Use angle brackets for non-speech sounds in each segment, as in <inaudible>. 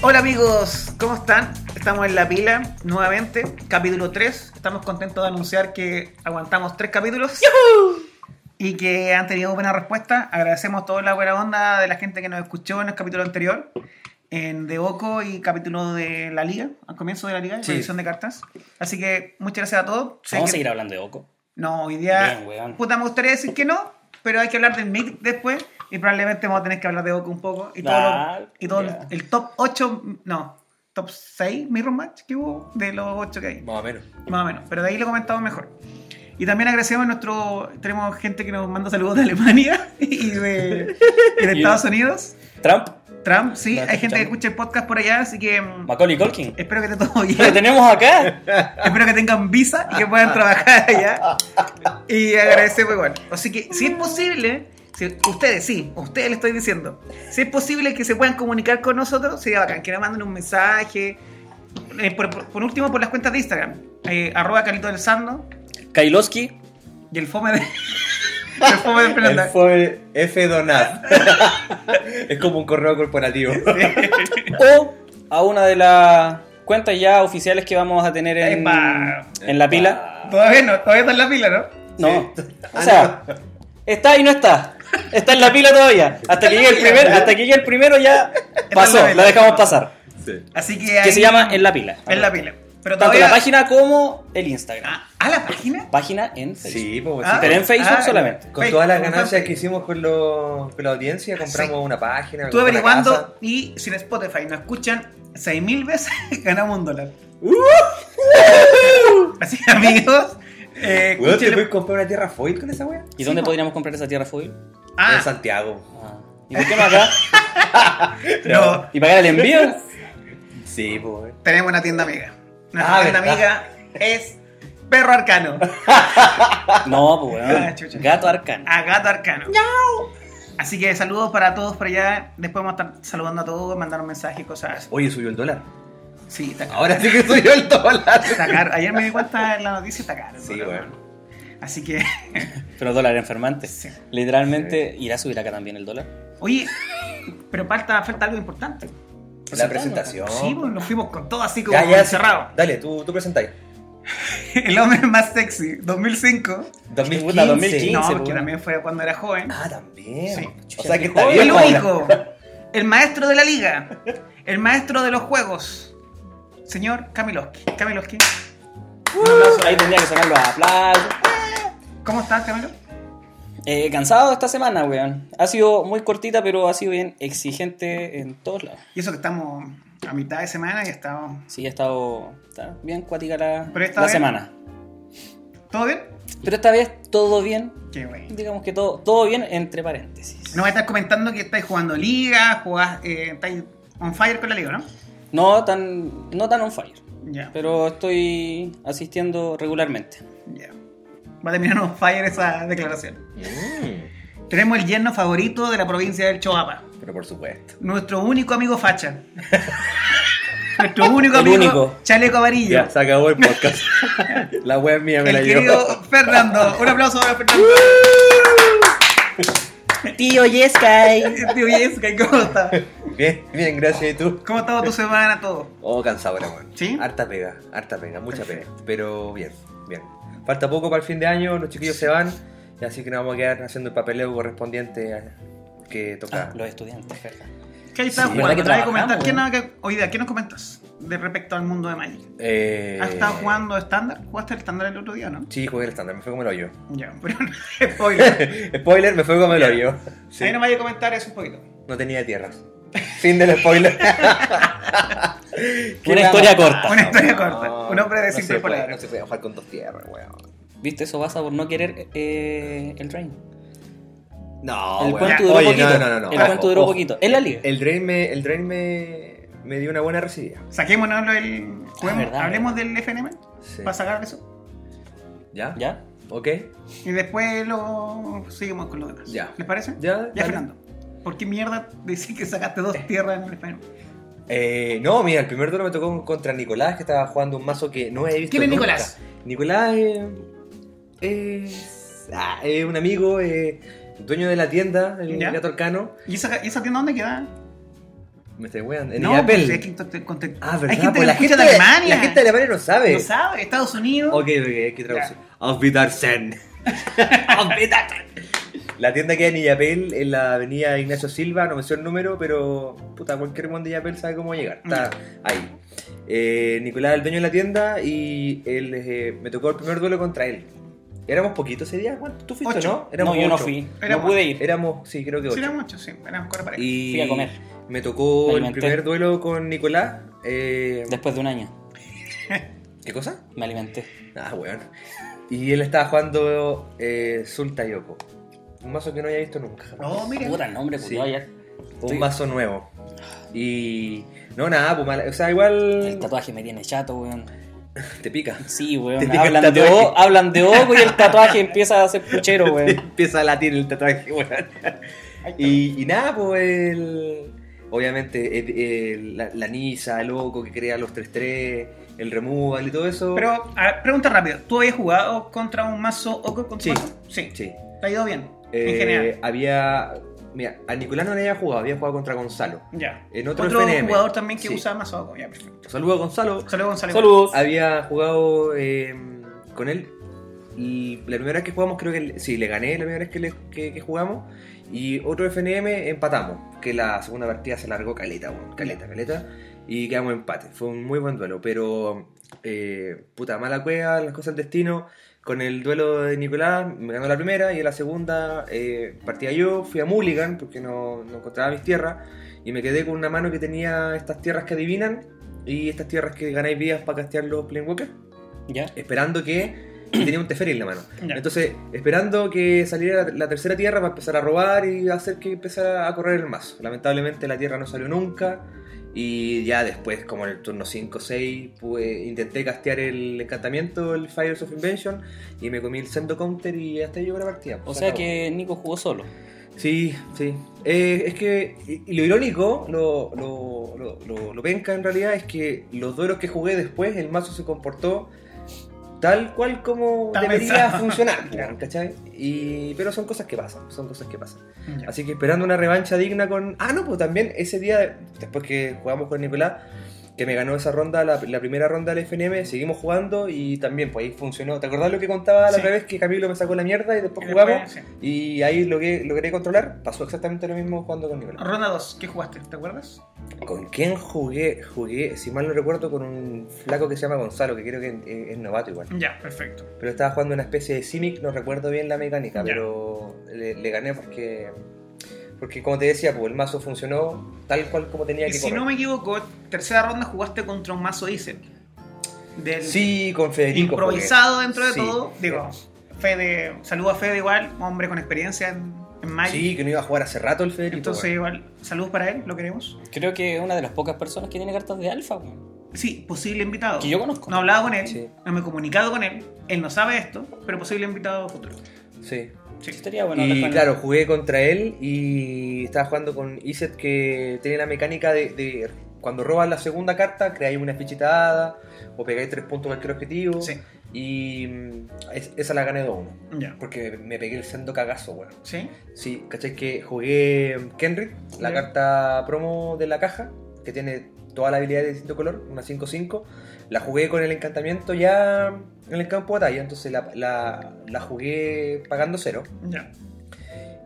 Hola amigos, ¿cómo están? Estamos en la pila nuevamente, capítulo 3. Estamos contentos de anunciar que aguantamos 3 capítulos y que han tenido buena respuesta. Agradecemos toda la buena onda de la gente que nos escuchó en el capítulo anterior, en De Oco y capítulo de la Liga, al comienzo de la Liga, Sí. edición de cartas. Así que muchas gracias a todos. Sé Vamos a que- seguir hablando de Oco. No, hoy día. Bien, weón. puta, me gustaría decir que no, pero hay que hablar del MIG después. Y probablemente vamos a tener que hablar de Goku un poco. Y todo, lo- Ah, y todo lo- ya. el top 8, no, top 6 Mirror Match que hubo de los 8 que hay. Más o menos. Más o menos. Pero de ahí lo comentamos mejor. Y también agradecemos a nuestro. Tenemos gente que nos manda saludos de Alemania <laughs> y de, y <laughs> de Y- Estados Unidos. Trump, Trump, sí, Gracias, hay gente que Trump. escucha el podcast por allá, así que. mm, Macaulay Culkin. <laughs> Espero que esté todo Lo bien. tenemos acá. Espero que tengan visa y que puedan trabajar allá. Y pues, agradecemos igual. Así que si es posible, si ustedes, sí, ustedes le estoy diciendo, si es posible que se puedan comunicar con nosotros, sería bacán, que nos manden un mensaje. Eh, por, por- por último, por las cuentas de Instagram, eh, arroba Carlito del Sando Kailowski. y el fome de... <laughs> El fome de El Fernanda. fue F Donat. <laughs> es como un correo corporativo. O a una de las cuentas ya oficiales que vamos a tener en, Epa. en la pila. Todavía no, todavía está en la pila, ¿no? No. O sea, está y no está. Está en la pila todavía. Hasta que llegue el primero, hasta que llegue el primero ya pasó. pila. La dejamos pasar. Sí. Así que... Que ahí- se llama En la pila. En la pila. Pero Tanto todavía... la página como el Instagram. Ah, ¿A la página? Página en Facebook. Sí, pues, Ah. sí. Pero en Facebook Ah, solamente. Con todas las ganancias Facebook. que hicimos con, los- con la audiencia, compramos una página. Estuve compramos una averiguando casa. y sin Spotify nos escuchan 6.000 veces, <laughs> ganamos un dólar. ¡Uh! Así que amigos, eh, Weón, ¿te escúchenlo- puedes comprar una tierra foil con esa wea? ¿Y dónde Sí, podríamos comprar esa tierra foil? En ah, Santiago. Ah. ¿Y por qué no acá? no, ¿Y pagar el envío? Sí, pues. tenemos una tienda amiga. Nuestra Ah, tienda ¿verdad? amiga es Perro Arcano, No, pues weón. Ah, chucha. Gato arcano. a Gato Arcano. Así que saludos para todos por allá. Después vamos a estar saludando a todos, mandar un mensaje y cosas así. Oye, subió el dólar. Sí, está caro. Ahora sí que subió el dólar. Está caro. Ayer me di cuenta en la noticia, está caro. Sí, weón. Así que, Pero dólar enfermante. sí. Literalmente irá a subir acá también el dólar. Oye, pero falta, falta algo importante. La presentación. Sí, pues nos fuimos con todo así como Ya, ya. sí. encerrado. Dale, tú, tú presentáis. <laughs> El hombre más sexy, 2005. 2015. 2015. no, pues, porque bueno. también fue cuando era joven. Ah, también. Sí. O sea que Chucha, está qué bien. el joven. ahora. único, <laughs> el maestro de la liga, el maestro de los juegos, señor Kamilovsky. Kamilovsky, Uh. Ahí tendría que sonar los aplausos. ¿cómo estás, Camilo? Eh, cansado esta semana, weón. Ha sido muy cortita, pero ha sido bien exigente en todos lados. Y eso que estamos a mitad de semana y estamos. Sí, ha estado está bien cuática la, Pero está la bien. semana. ¿Todo bien? Pero esta vez todo bien. Qué bueno. Digamos que todo, todo bien entre paréntesis. Nos vas a estar comentando que estáis jugando liga, jugás, eh, estáis on fire con la liga, ¿no? No tan, no tan on fire. Ya. Pero estoy asistiendo regularmente. Ya. Va a terminar on fire esa declaración. Mm, Tenemos el yerno favorito de la provincia del Choapa. pero por supuesto. Nuestro único amigo <laughs> facha. Nuestro único El amigo único. chaleco amarillo. Ya, se acabó el <laughs> podcast. la wea mía me la Uh. El llevo. querido Fernando. Un aplauso para <laughs> Fernando. Tío Yeskai. Tío Yesca, ¿cómo está? Bien, bien, gracias. ¿Y tú? ¿Cómo ha estado tu semana todo? Oh, cansado la weón. ¿Sí? Harta pega, harta pega, mucha pega. Pero bien, bien. Falta poco para el fin de año, los chiquillos se van. Y así que nos vamos a quedar haciendo el papeleo correspondiente a- que toca. Ah, los estudiantes, verdad. ¿Qué hay estado Sí, jugando? Nada ¿verdad que que trabajamos, comentar. ¿Qué, bueno? nada que- Oida, ¿qué nos comentas de respecto al mundo de Magic? Eh, ¿Has estado Ah, jugando estándar? ¿Jugaste el estándar el otro día, no? Sí, jugué el estándar, me fue como el hoyo. <laughs> Ya, <laughs> pero spoiler. spoiler, me fue como el hoyo. <laughs> Sí. Ahí no vaya a comentar eso un poquito. No tenía tierras. Fin <laughs> del spoiler. <laughs> Una historia corta. <laughs> Una historia corta. Un hombre de no se simple puede- palabra. No se puede jugar con dos tierras, weón. ¿Viste? Eso pasa por no querer eh, el Drain. No, el weón. cuento duró Oye, poquito. No, no, no, no. El Ojo, cuento duró ojo. poquito. En la liga. El Drain me, el Drain me, me dio una buena recibida. Saquémonos el. juguemos- verdad, hablemos del FNM Ah, Sí. para sacar eso. ¿Ya? ¿Ya? ¿Ok? Y después lo seguimos con los demás. Ya. ¿Les parece? ¿Ya? Ya, dale. Fernando. ¿Por qué mierda decir que sacaste dos tierras en el FNM? Eh, no, mira, el primer duelo me tocó contra Nicolás, que estaba jugando un mazo que no he visto. ¿Quién es nunca. Nicolás? Nicolás eh, es ah, eh, un amigo, eh, dueño de la tienda, el ¿Ya? gato arcano. ¿Y esa, y esa tienda dónde queda? Me estoy weando. En no, Illapel. pues, es que conte- conte- Ah, hay verdad, gente pues que la escucha gente, de de, Alemania. la gente de Alemania no sabe. no sabe, Estados Unidos. Ok, ok, hay que traducir. Auf <laughs> Wiedersehen. Auf Wiedersehen. La tienda queda en Illapel, en la avenida Ignacio Silva, no me sé el número, pero puta, cualquier mon de Illapel sabe cómo llegar. Está Mm. ahí. Eh, Nicolás, el dueño de la tienda, y él, eh, me tocó el primer duelo contra él. Éramos poquitos ese día, ¿cuánto? ¿Tú fuiste Ocho. no? No, yo no ocho. fui. Era- no pude ir. Éramos, sí, creo que Sí, ocho. era mucho, sí. Era mejor para ahí. Y Fui a comer. Me tocó el alimenté. primer duelo con Nicolás. eh, Después de un año. ¿Qué cosa? Me alimenté. Ah, weón. Y él estaba jugando eh, Sulta Yoko. Un mazo que no había visto nunca. jamás. Oh, mira. Puta el nombre, Sí. culiao, ya. Un sí. mazo nuevo. Y. No, nada, pues mala- O sea, igual. El tatuaje me tiene chato, weón. Te pica. <laughs> Sí, Te weón. pica el Hablan de, tatuaje. o, hablan de oco y el tatuaje empieza a hacer puchero, weón. Empieza a latir el tatuaje, weón. Y, y nada, pues el. Obviamente, el- el- la, la Nisa, el Loco que crea los 3-3, el Removal y todo eso. Pero, a ver, pregunta rápida. ¿Tú habías jugado contra un mazo Oco con tu Sí. mazo? Sí. Sí. ¿Te ha ido bien? en Eh, general. Había. Mira, a Nicolás no le había jugado, había jugado contra Gonzalo. Ya. en otro FNM. jugador también que Sí. usa mazo Oco. Ya, perfecto. Saludos a Gonzalo. Saludos, Gonzalo. Saludos. había jugado eh, con él. y La primera vez que jugamos, creo que le- sí, le gané la primera vez que, le- que- que jugamos. Y otro FNM empatamos. Que la segunda partida se largó caleta, weón, caleta, caleta. Y quedamos empate. Fue un muy buen duelo. Pero, eh, puta, mala cueva, las cosas del destino. Con el duelo de Nicolás, me ganó la primera. Y en la segunda eh, partida yo, fui a Mulligan porque no, no encontraba mis tierras. Y me quedé con una mano que tenía estas tierras que adivinan y estas tierras que ganáis vidas para castear los Planewalkers, ¿Ya? esperando <clears throat> que. y tenía un Teferi en la mano. Ya. Entonces, esperando que saliera la, la tercera tierra para empezar a robar y hacer que empezara a correr el mazo. Lamentablemente, la tierra no salió nunca. Y ya después, como en el turno 5-6, pues, intenté castear el encantamiento, el Fires of Invention, y me comí el Sendo Counter y hasta ahí llegó la partida. O Se sea acabó. que Nico jugó solo. Sí, sí. Eh, es que y- y lo irónico, lo, lo, lo, lo- lo penca en realidad, es que los duelos que jugué después, el mazo se comportó tal cual como Tal debería pensado. funcionar, Claro. ¿cachai? Y, pero son cosas que pasan, son cosas que pasan. Ya. Así que esperando una revancha digna con... Ah, no, pues también ese día, después que jugamos con Nicolás, que me ganó esa ronda, la, la primera ronda del FNM, seguimos jugando y también, pues ahí funcionó. ¿Te acordás lo que contaba la Sí. otra vez que Camilo me sacó la mierda y después Y jugamos? después, sí. Y ahí logré, logré controlar. Pasó exactamente lo mismo jugando con Nicolás. Ronda 2, ¿qué jugaste? ¿Te acuerdas? ¿Con quién jugué? Jugué, si mal no recuerdo, con un flaco que se llama Gonzalo, que creo que es, es novato igual. Ya, perfecto. Pero estaba jugando una especie de Simic, no recuerdo bien la mecánica, Ya. pero le, le gané porque. Porque como te decía, pues el mazo funcionó tal cual como tenía Y que si correr. no me equivoco, tercera ronda jugaste contra un mazo Diesel. Del Sí, con Federico. jugué. improvisado dentro de Sí. todo. Digo, Fede, saludo a Fede igual, un hombre con experiencia en, en Magic. Sí, que no iba a jugar hace rato el Federico. Entonces weón. igual, saludos para él, lo queremos. Creo que es una de las pocas personas que tiene cartas de alfa, weón. Sí, posible invitado. Que yo conozco. No he hablado con él, Sí. no me he comunicado con él, él no sabe esto, pero posible invitado futuro. Sí. Sí. Estaría bueno hablar y con él. claro, jugué contra él y estaba jugando con Iset que tiene la mecánica de, de cuando robas la segunda carta, creáis una fichita hada o pegáis tres puntos a cualquier objetivo. Sí, Y mm, es- esa la gané 2-1. ya. Porque me pegué el sendo cagazo, weón. Sí, Sí, ¿cachai? Que jugué mm, Kenrick, la Ya. carta promo de la caja, que tiene toda la habilidad de distinto color, una 5-5. La jugué con el encantamiento ya en el campo de batalla, entonces la, la- la jugué pagando cero. ya.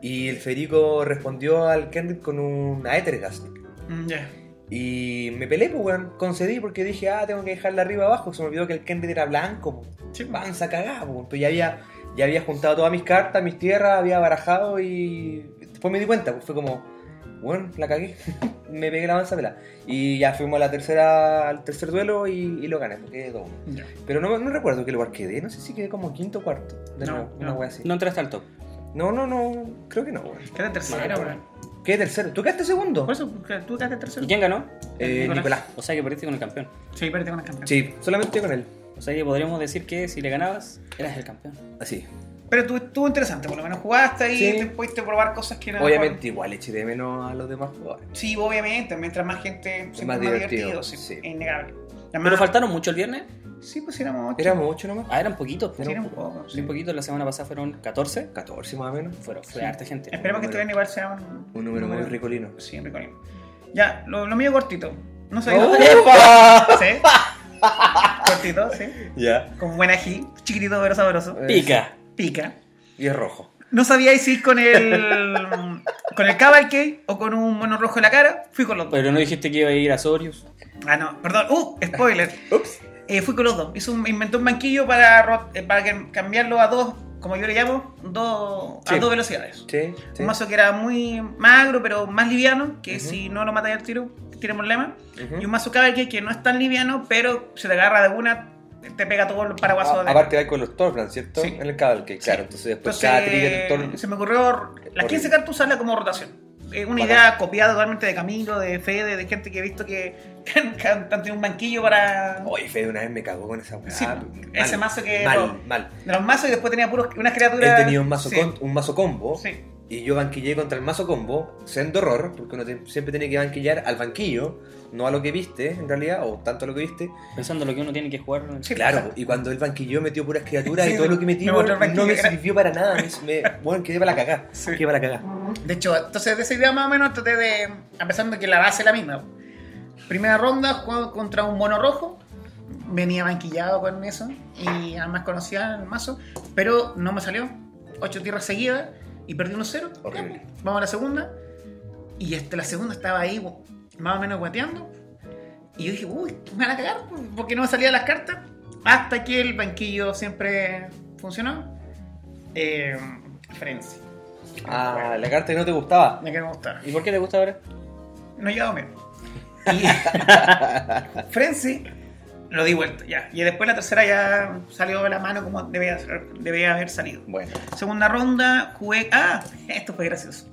Y el Federico respondió al Kendrick con un Aethergast. Mm, Ya. Y me peleé, pues, weón. Concedí porque dije, ah, tengo que dejarla arriba abajo. Se me olvidó que el Kendrick era blanco. pues. Sí, Mansa cagada, pues. Pero ya había, ya había juntado todas mis cartas, mis tierras, había barajado y. Después me di cuenta, pues fue como, weón, la cagué. <laughs> me pegué la mansa pelada. Y ya fuimos a la tercera, al tercer duelo y, y lo gané, porque quedé 2 ya. Pero no, no recuerdo que lugar quedé, no sé si quedé como quinto o cuarto. De No, nuevo, una no. wea así. No entraste al top. No, no, no, creo que no, weón. Queda tercero, Madre, weón. Quedé tercero. ¿Tú quedaste segundo? Por eso, porque tú quedaste tercero. ¿Y quién ganó? Eh, Nicolás. Nicolás. O sea que perdiste con el campeón. Sí, espérate con las canciones. Sí, solamente con él. O sea que podríamos decir que si le ganabas, eras el campeón. Así. Pero tú estuvo interesante, por lo menos jugaste ahí, Sí. te pudiste probar cosas que no. Obviamente igual eché de menos a los demás jugadores. Sí, obviamente, mientras más gente siempre es más divertido, divertido, sí, sí. es innegable. Además, Pero faltaron mucho el viernes. Sí, pues éramos ocho. Éramos 8 nomás. Ah, eran poquitos. Sí, Eran era un poco. sí. Bien poquitos. La semana pasada fueron 14. 14 más o menos. Fueron, Sí. fue harta gente. Esperemos que este número- año igual sea un, Un número muy ricolino. Sí, ricolino. Ya, lo, lo mío cortito. No soy ¡Oh! ¡Epa! <laughs> <laughs> ¿Sí? Cortito, sí. Ya. Con buen ají, chiquitito pero sabroso. Eh. Pica. Pica. Y es rojo. No sabía si ir con el con el cabalque o con un mono rojo en la cara. Fui con los dos. Pero no dijiste que iba a ir a Sorius. Eh. Ah, no, perdón. Uh, spoiler. Ups. Eh, fui con los dos. Hizo un, inventé un banquillo para, ro- eh, para que- cambiarlo a dos, como yo le llamo, dos, Sí. a dos velocidades. Sí, sí. Un mazo que era muy magro, pero más liviano, que Ujú. si no lo matáis al tiro, tiene problema. Ujú. Y un mazo cabalque que no es tan liviano, pero se te agarra de una, te pega todo el paraguaso A- de... Ah, Aparte va con los Torbrand, ¿cierto? Sí. En el cabalque, claro. Entonces después Entonces, cada trigger en Torbrand- se me ocurrió las Horrible. 15 cartas usarla como rotación. Es una Bacán. idea copiada totalmente de Camilo, de Fede, de gente que he visto que, <laughs> que han, que han tenido un banquillo para... Oye, Fede una vez me cagó con esa weá. Sí, Mal, ese mazo que- Mal, mal. De los mazos y después tenía puros, unas criaturas... Él tenía un mazo, Sí, con- un mazo combo sí. y yo banquillé contra el mazo combo, siendo horror, porque uno te- siempre tiene que banquillar al banquillo, no a lo que viste en realidad, o tanto a lo que viste. Pensando lo que uno tiene que jugar. ¿no? Sí. claro, y cuando el banquillo metió puras criaturas pues, Sí, y todo lo que me metí mostró el weón, no me banquillo. sirvió para nada. Me, me- bueno, quedé para la cagá. Sí. Quedé para la cagá. De hecho, entonces de esa idea más o menos traté de. A pesar de que la base es la misma. Primera ronda, jugaba contra un mono rojo. Venía banquillado con eso. Y además conocía el mazo. Pero no me salió. Ocho tierras seguidas. Y perdí 1-0. Horrible. Ya, Vamos a la segunda. Y este, la segunda estaba ahí, gu- más o menos guateando. Y yo dije, uy, me van a cagar. Porque no me salían las cartas. Hasta que el banquillo siempre funcionó. Eh, Frenzy. Ah, la carta que no te gustaba. Me quiero mostrar. ¿Y por qué le gusta ahora? No he llegado menos. <laughs> Y <laughs> Frenzy lo di vuelta, ya. Y después la tercera ya salió de la mano como debía, debía haber salido. Bueno, Segunda ronda, jugué. Ah, esto fue gracioso.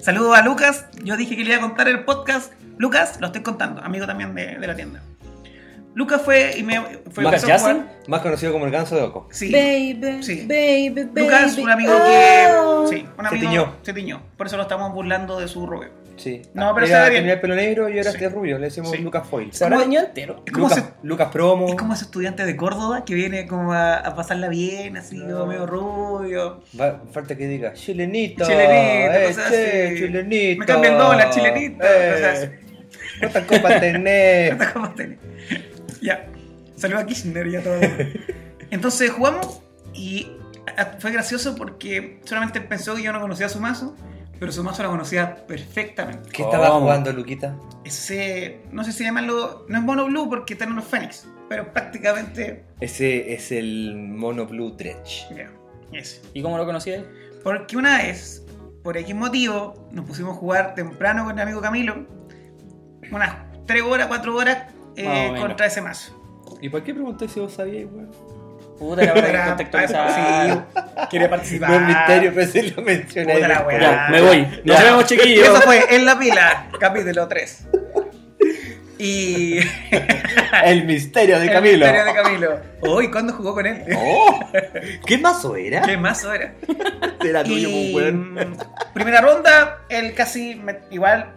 Saludos a Lucas. Yo dije que le iba a contar el podcast. Lucas, lo estoy contando, amigo también de, de la tienda. Lucas fue y me fue ¿Lucas empezó a jugar- Jansen? más conocido como el ganso de Oco. Sí. Baby, Sí. baby, baby. Lucas, un amigo que. Oh. Sí, un Se amigo. tiñó. Se tiñó. Por eso lo estamos burlando de su robo. Sí. No, pero se era, ve bien. tenía el pelo negro y era Sí. este rubio, le decimos Sí. Lucas Foil. Se lo dañó entero. Es como Lucas, se- Lucas Promo. Es como ese estudiante de Córdoba que viene como a, a pasarla bien, así como medio rubio. Va- falta que diga chilenito. Chilenito, eh, cosas che, así. chilenito. Me cambia el dólar, chilenito, cosas así. Eh, ¿Cuántas <laughs> copas tenés? ¿Cómo tenés? Ya. Salió a Kirchner y ya todo. Entonces jugamos y a- fue gracioso porque solamente pensó que yo no conocía su mazo, pero su mazo lo conocía perfectamente. ¿Qué estaba ¿Cómo? jugando, Luquita? Ese, no sé si llamarlo, no es mono blue porque están los Fénix, pero prácticamente Ese es el mono blue dredge. ya, ese. ¿Y cómo lo conocí a él? Porque una vez, por X motivo, nos pusimos a jugar temprano con el amigo Camilo, unas 3 horas, 4 horas eh, Más o menos. contra ese mazo. ¿Y por qué pregunté si vos sabías, weón? Puta, la verdad que Sí, contextualizar. quiere No es participar. misterio, <laughs> pero sí lo mencioné. Ah. Puta la weá. Ya, me voy. Nos Ya. vemos, Y chiquillos. eso fue En la Pila, capítulo 3. Y. El misterio de el Camilo. misterio de Camilo. Hoy, ¿cuándo jugó con él? <laughs> Oh, ¿Qué mazo era? ¿Qué mazo era? Era pues, Y, mm, primera ronda, él casi me- igual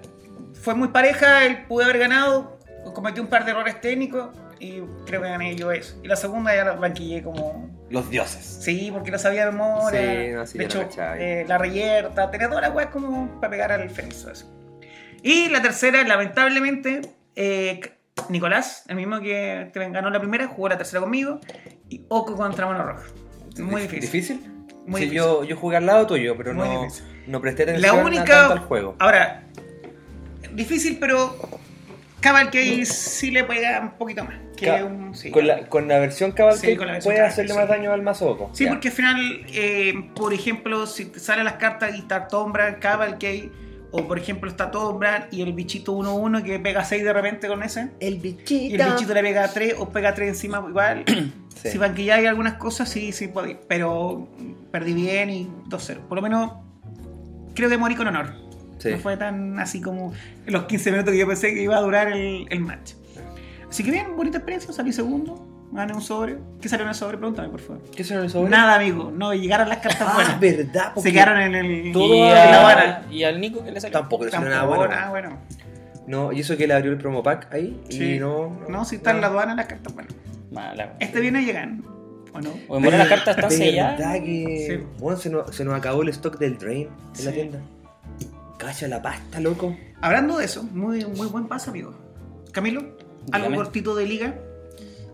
fue muy pareja, él pudo haber ganado, cometió un par de errores técnicos y creo que gané yo eso. Y la segunda ya la blanquillé como... Los dioses. Sí, porque lo sabía de memoria. Sí, no, sí, de ya lo hecho, cachaba. eh, la reyerta, tenía todas las weas como para pegar al Fénix. o eso. Y la tercera, lamentablemente, eh, Nicolás, el mismo que te ganó la primera, jugó la tercera conmigo. Y Oco contra Mano Roja. Muy Dif- difícil. ¿Difícil? Muy Sí, difícil. Yo, yo jugué al lado tuyo, pero Muy no, difícil. no presté La atención a única. tanto al juego. Ahora, difícil, pero Cavalcade sí le pega un poquito más. que Ca- un- sí, con, la, con la versión cabalcade Sí, con la versión puede cabalcade, hacerle sí. más daño al mazo Sí, porque al final, eh, por ejemplo, si te salen las cartas y está Tombran, Cavalcade, o por ejemplo está Tombran y el bichito 1-1 que pega 6 de repente con ese, El y bichito. el bichito le pega 3 o pega 3 encima pues igual. <clears throat> Sí. Si banquilláis algunas cosas, sí, sí podéis, pero perdí bien y 2-0. Por lo menos creo que morí con honor. Sí. No fue tan así como los 15 minutos que yo pensé que iba a durar el, el match. Así que bien, bonita experiencia, salí segundo, gané un sobre. ¿Qué salió en el sobre? Pregúntame, por favor. ¿Qué son los sobres? Nada, amigo, no, llegaron las cartas Ah, buenas. verdad, porque Se quedaron en el... Todo Y, en a- la vara. y al Nico que le sacó. tampoco le salió nada Tampoco, bueno. nada bueno. No, y eso que le abrió el promo pack ahí Sí. y no. No, si están en la aduana las cartas buenas. Mala. Este viene llegan, ¿o no? O en buena las cartas están ¿Verdad selladas. que Sí. bueno, se, nos, se nos acabó el stock del Drain en la Sí. tienda? Cacha la pasta, loco. Hablando de eso, muy, muy buen paso, amigo. Camilo, algo Dígame. cortito de liga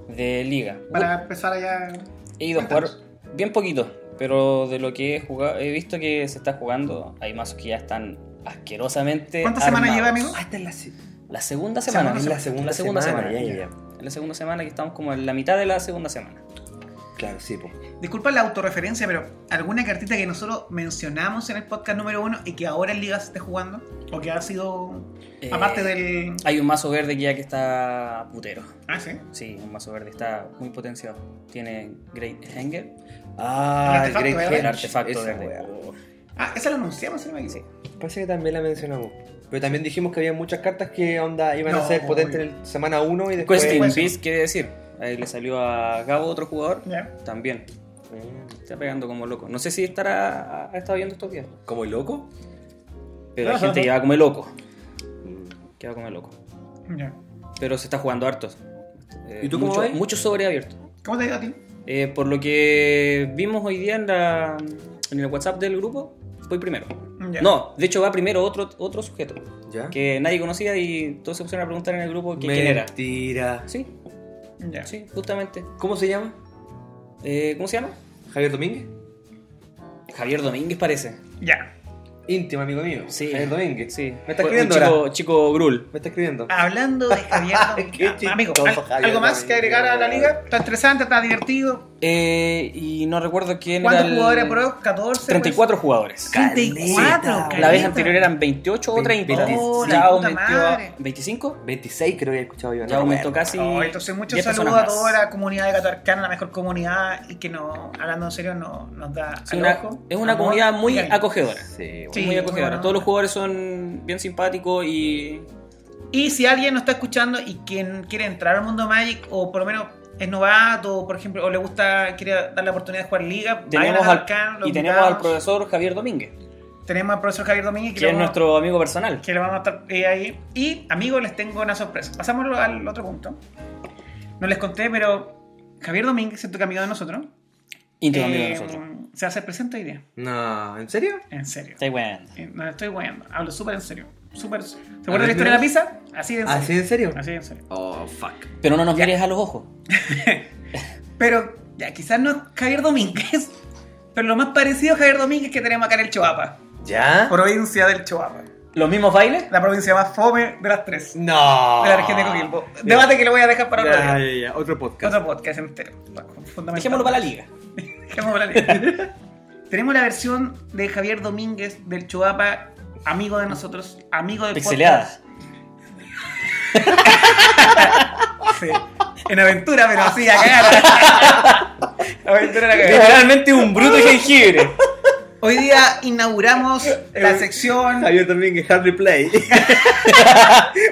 de liga. para empezar allá. He ido a jugar bien poquito, pero de lo que he jugado, he visto que se está jugando, hay mazos que ya están asquerosamente. ¿Cuántas semanas armados. lleva, amigo? Ah, esta es la, se- La segunda semana. Semana, es la segunda, la segunda semana. semana. Ya, ya, En la segunda semana que estamos como en la mitad de la segunda semana. ya. Claro, sí, po. Disculpa la autorreferencia, pero ¿alguna cartita que nosotros mencionamos en el podcast número uno y que ahora en liga se esté jugando? ¿O que ha sido. Eh, aparte del. Hay un mazo verde que ya que está putero. Ah, sí. Sí, un mazo verde está muy potenciado. Tiene Great Hanger, Ah, El artefacto Great verde. Hedge, el artefacto esa verde. weá. Ah, esa la anunciamos, ¿sí? Sí. Parece que también la mencionamos. Pero también dijimos que había muchas cartas que onda iban No, a ser potentes en el semana 1 y después. Question Pues- Beast quiere decir. Ahí le salió a Gabo otro jugador. Ya. También. Está pegando como loco. No sé si estará ha estado viendo estos días. ¿Como loco? Pero hay Ajá. gente que va a comer loco. Que va a comer loco. ya. Pero se está jugando hartos. Eh, ¿Y tú cómo mucho, ves? mucho sobre abierto. ¿Cómo te ha ido a ti? Eh, por lo que vimos hoy día en, la, en el WhatsApp del grupo, voy primero. Ya. No, de hecho va primero otro, otro sujeto ¿Ya? que nadie conocía y todos se pusieron a preguntar en el grupo que- quién era. Mentira. Sí, Ya. sí, justamente. ¿Cómo se llama? Eh, ¿Cómo se llama? ¿Javier Domínguez? Javier Domínguez parece. Ya. Íntimo amigo mío. Sí. Javier Domínguez. Sí. Me está Fue un escribiendo chico, ahora. chico Grul. Me está escribiendo. Ah. Hablando de Javier Qué Domínguez. chistoso, Amigo, ¿al- Javier ¿algo más Domínguez. que agregar a la liga? Está estresante, está divertido. Eh, y no recuerdo quién ¿Cuántos era el- jugadores pro? pues? 14. 34 jugadores. 34. Caleta. La vez caleta. anterior eran 28 o 30. Oh, ya la puta aumentó a madre. 25. 26 creo que he escuchado yo. Ya aumentó casi. Oh, entonces muchos 10 saludos personas a más. toda la comunidad de Catarcana, la mejor comunidad y que no, hablando en serio, no, nos da Sí, una- es una comunidad muy acogedora. acogedora. Sí, Sí. muy muy acogedora. buena Todos los onda. jugadores son bien simpáticos y. Y si alguien nos está escuchando y quien quiere entrar al mundo Magic o por lo menos es novato o por ejemplo o le gusta quiere dar la oportunidad de jugar liga, vayan a Tenemos al, Darkan, lo y tenemos al invitamos. profesor Javier Domínguez, tenemos al profesor Javier Domínguez que, que lo es vamos- nuestro amigo personal. que lo vamos a estar eh, ahí. Y amigos, les tengo una sorpresa. Pasamos al otro punto. No les conté, pero Javier Domínguez, siento que amigo de nosotros, Íntimo amigo de eh, nosotros. se hace presente hoy día. No, ¿en serio? En serio. Está bueno. Eh, No estoy guayando. Hablo súper en serio. Súper. ¿Se ver, acuerdan la historia de la ¿no? pizza? Así de en serio. ¿Así ¿Ah, en serio? Así de en serio. Oh, fuck. Pero no nos Ya. mires a los ojos. Pero ya, quizás no es Javier Domínguez, <laughs> pero lo más parecido a Javier Domínguez que tenemos acá en el Choapa. ¿Ya? Provincia del Choapa. ¿Los mismos bailes? La provincia más fome de las tres. De No. la región de Coquimbo. Debate que lo voy a dejar para otro Ah, Ya, día. ya, ya. Otro podcast. Otro podcast entero. Fundamental. Dejémoslo para la liga. Dejémoslo para la <laughs> liga. Tenemos la versión de Javier Domínguez del Choapa, amigo de nosotros, amigo del Pixeleada. podcast. <laughs> Sí. En aventura, pero así, a cagar. <laughs> aventura a cagar. Literalmente <laughs> un bruto jengibre. Hoy día inauguramos Eh, la sección Javier Domínguez, Hard Replay.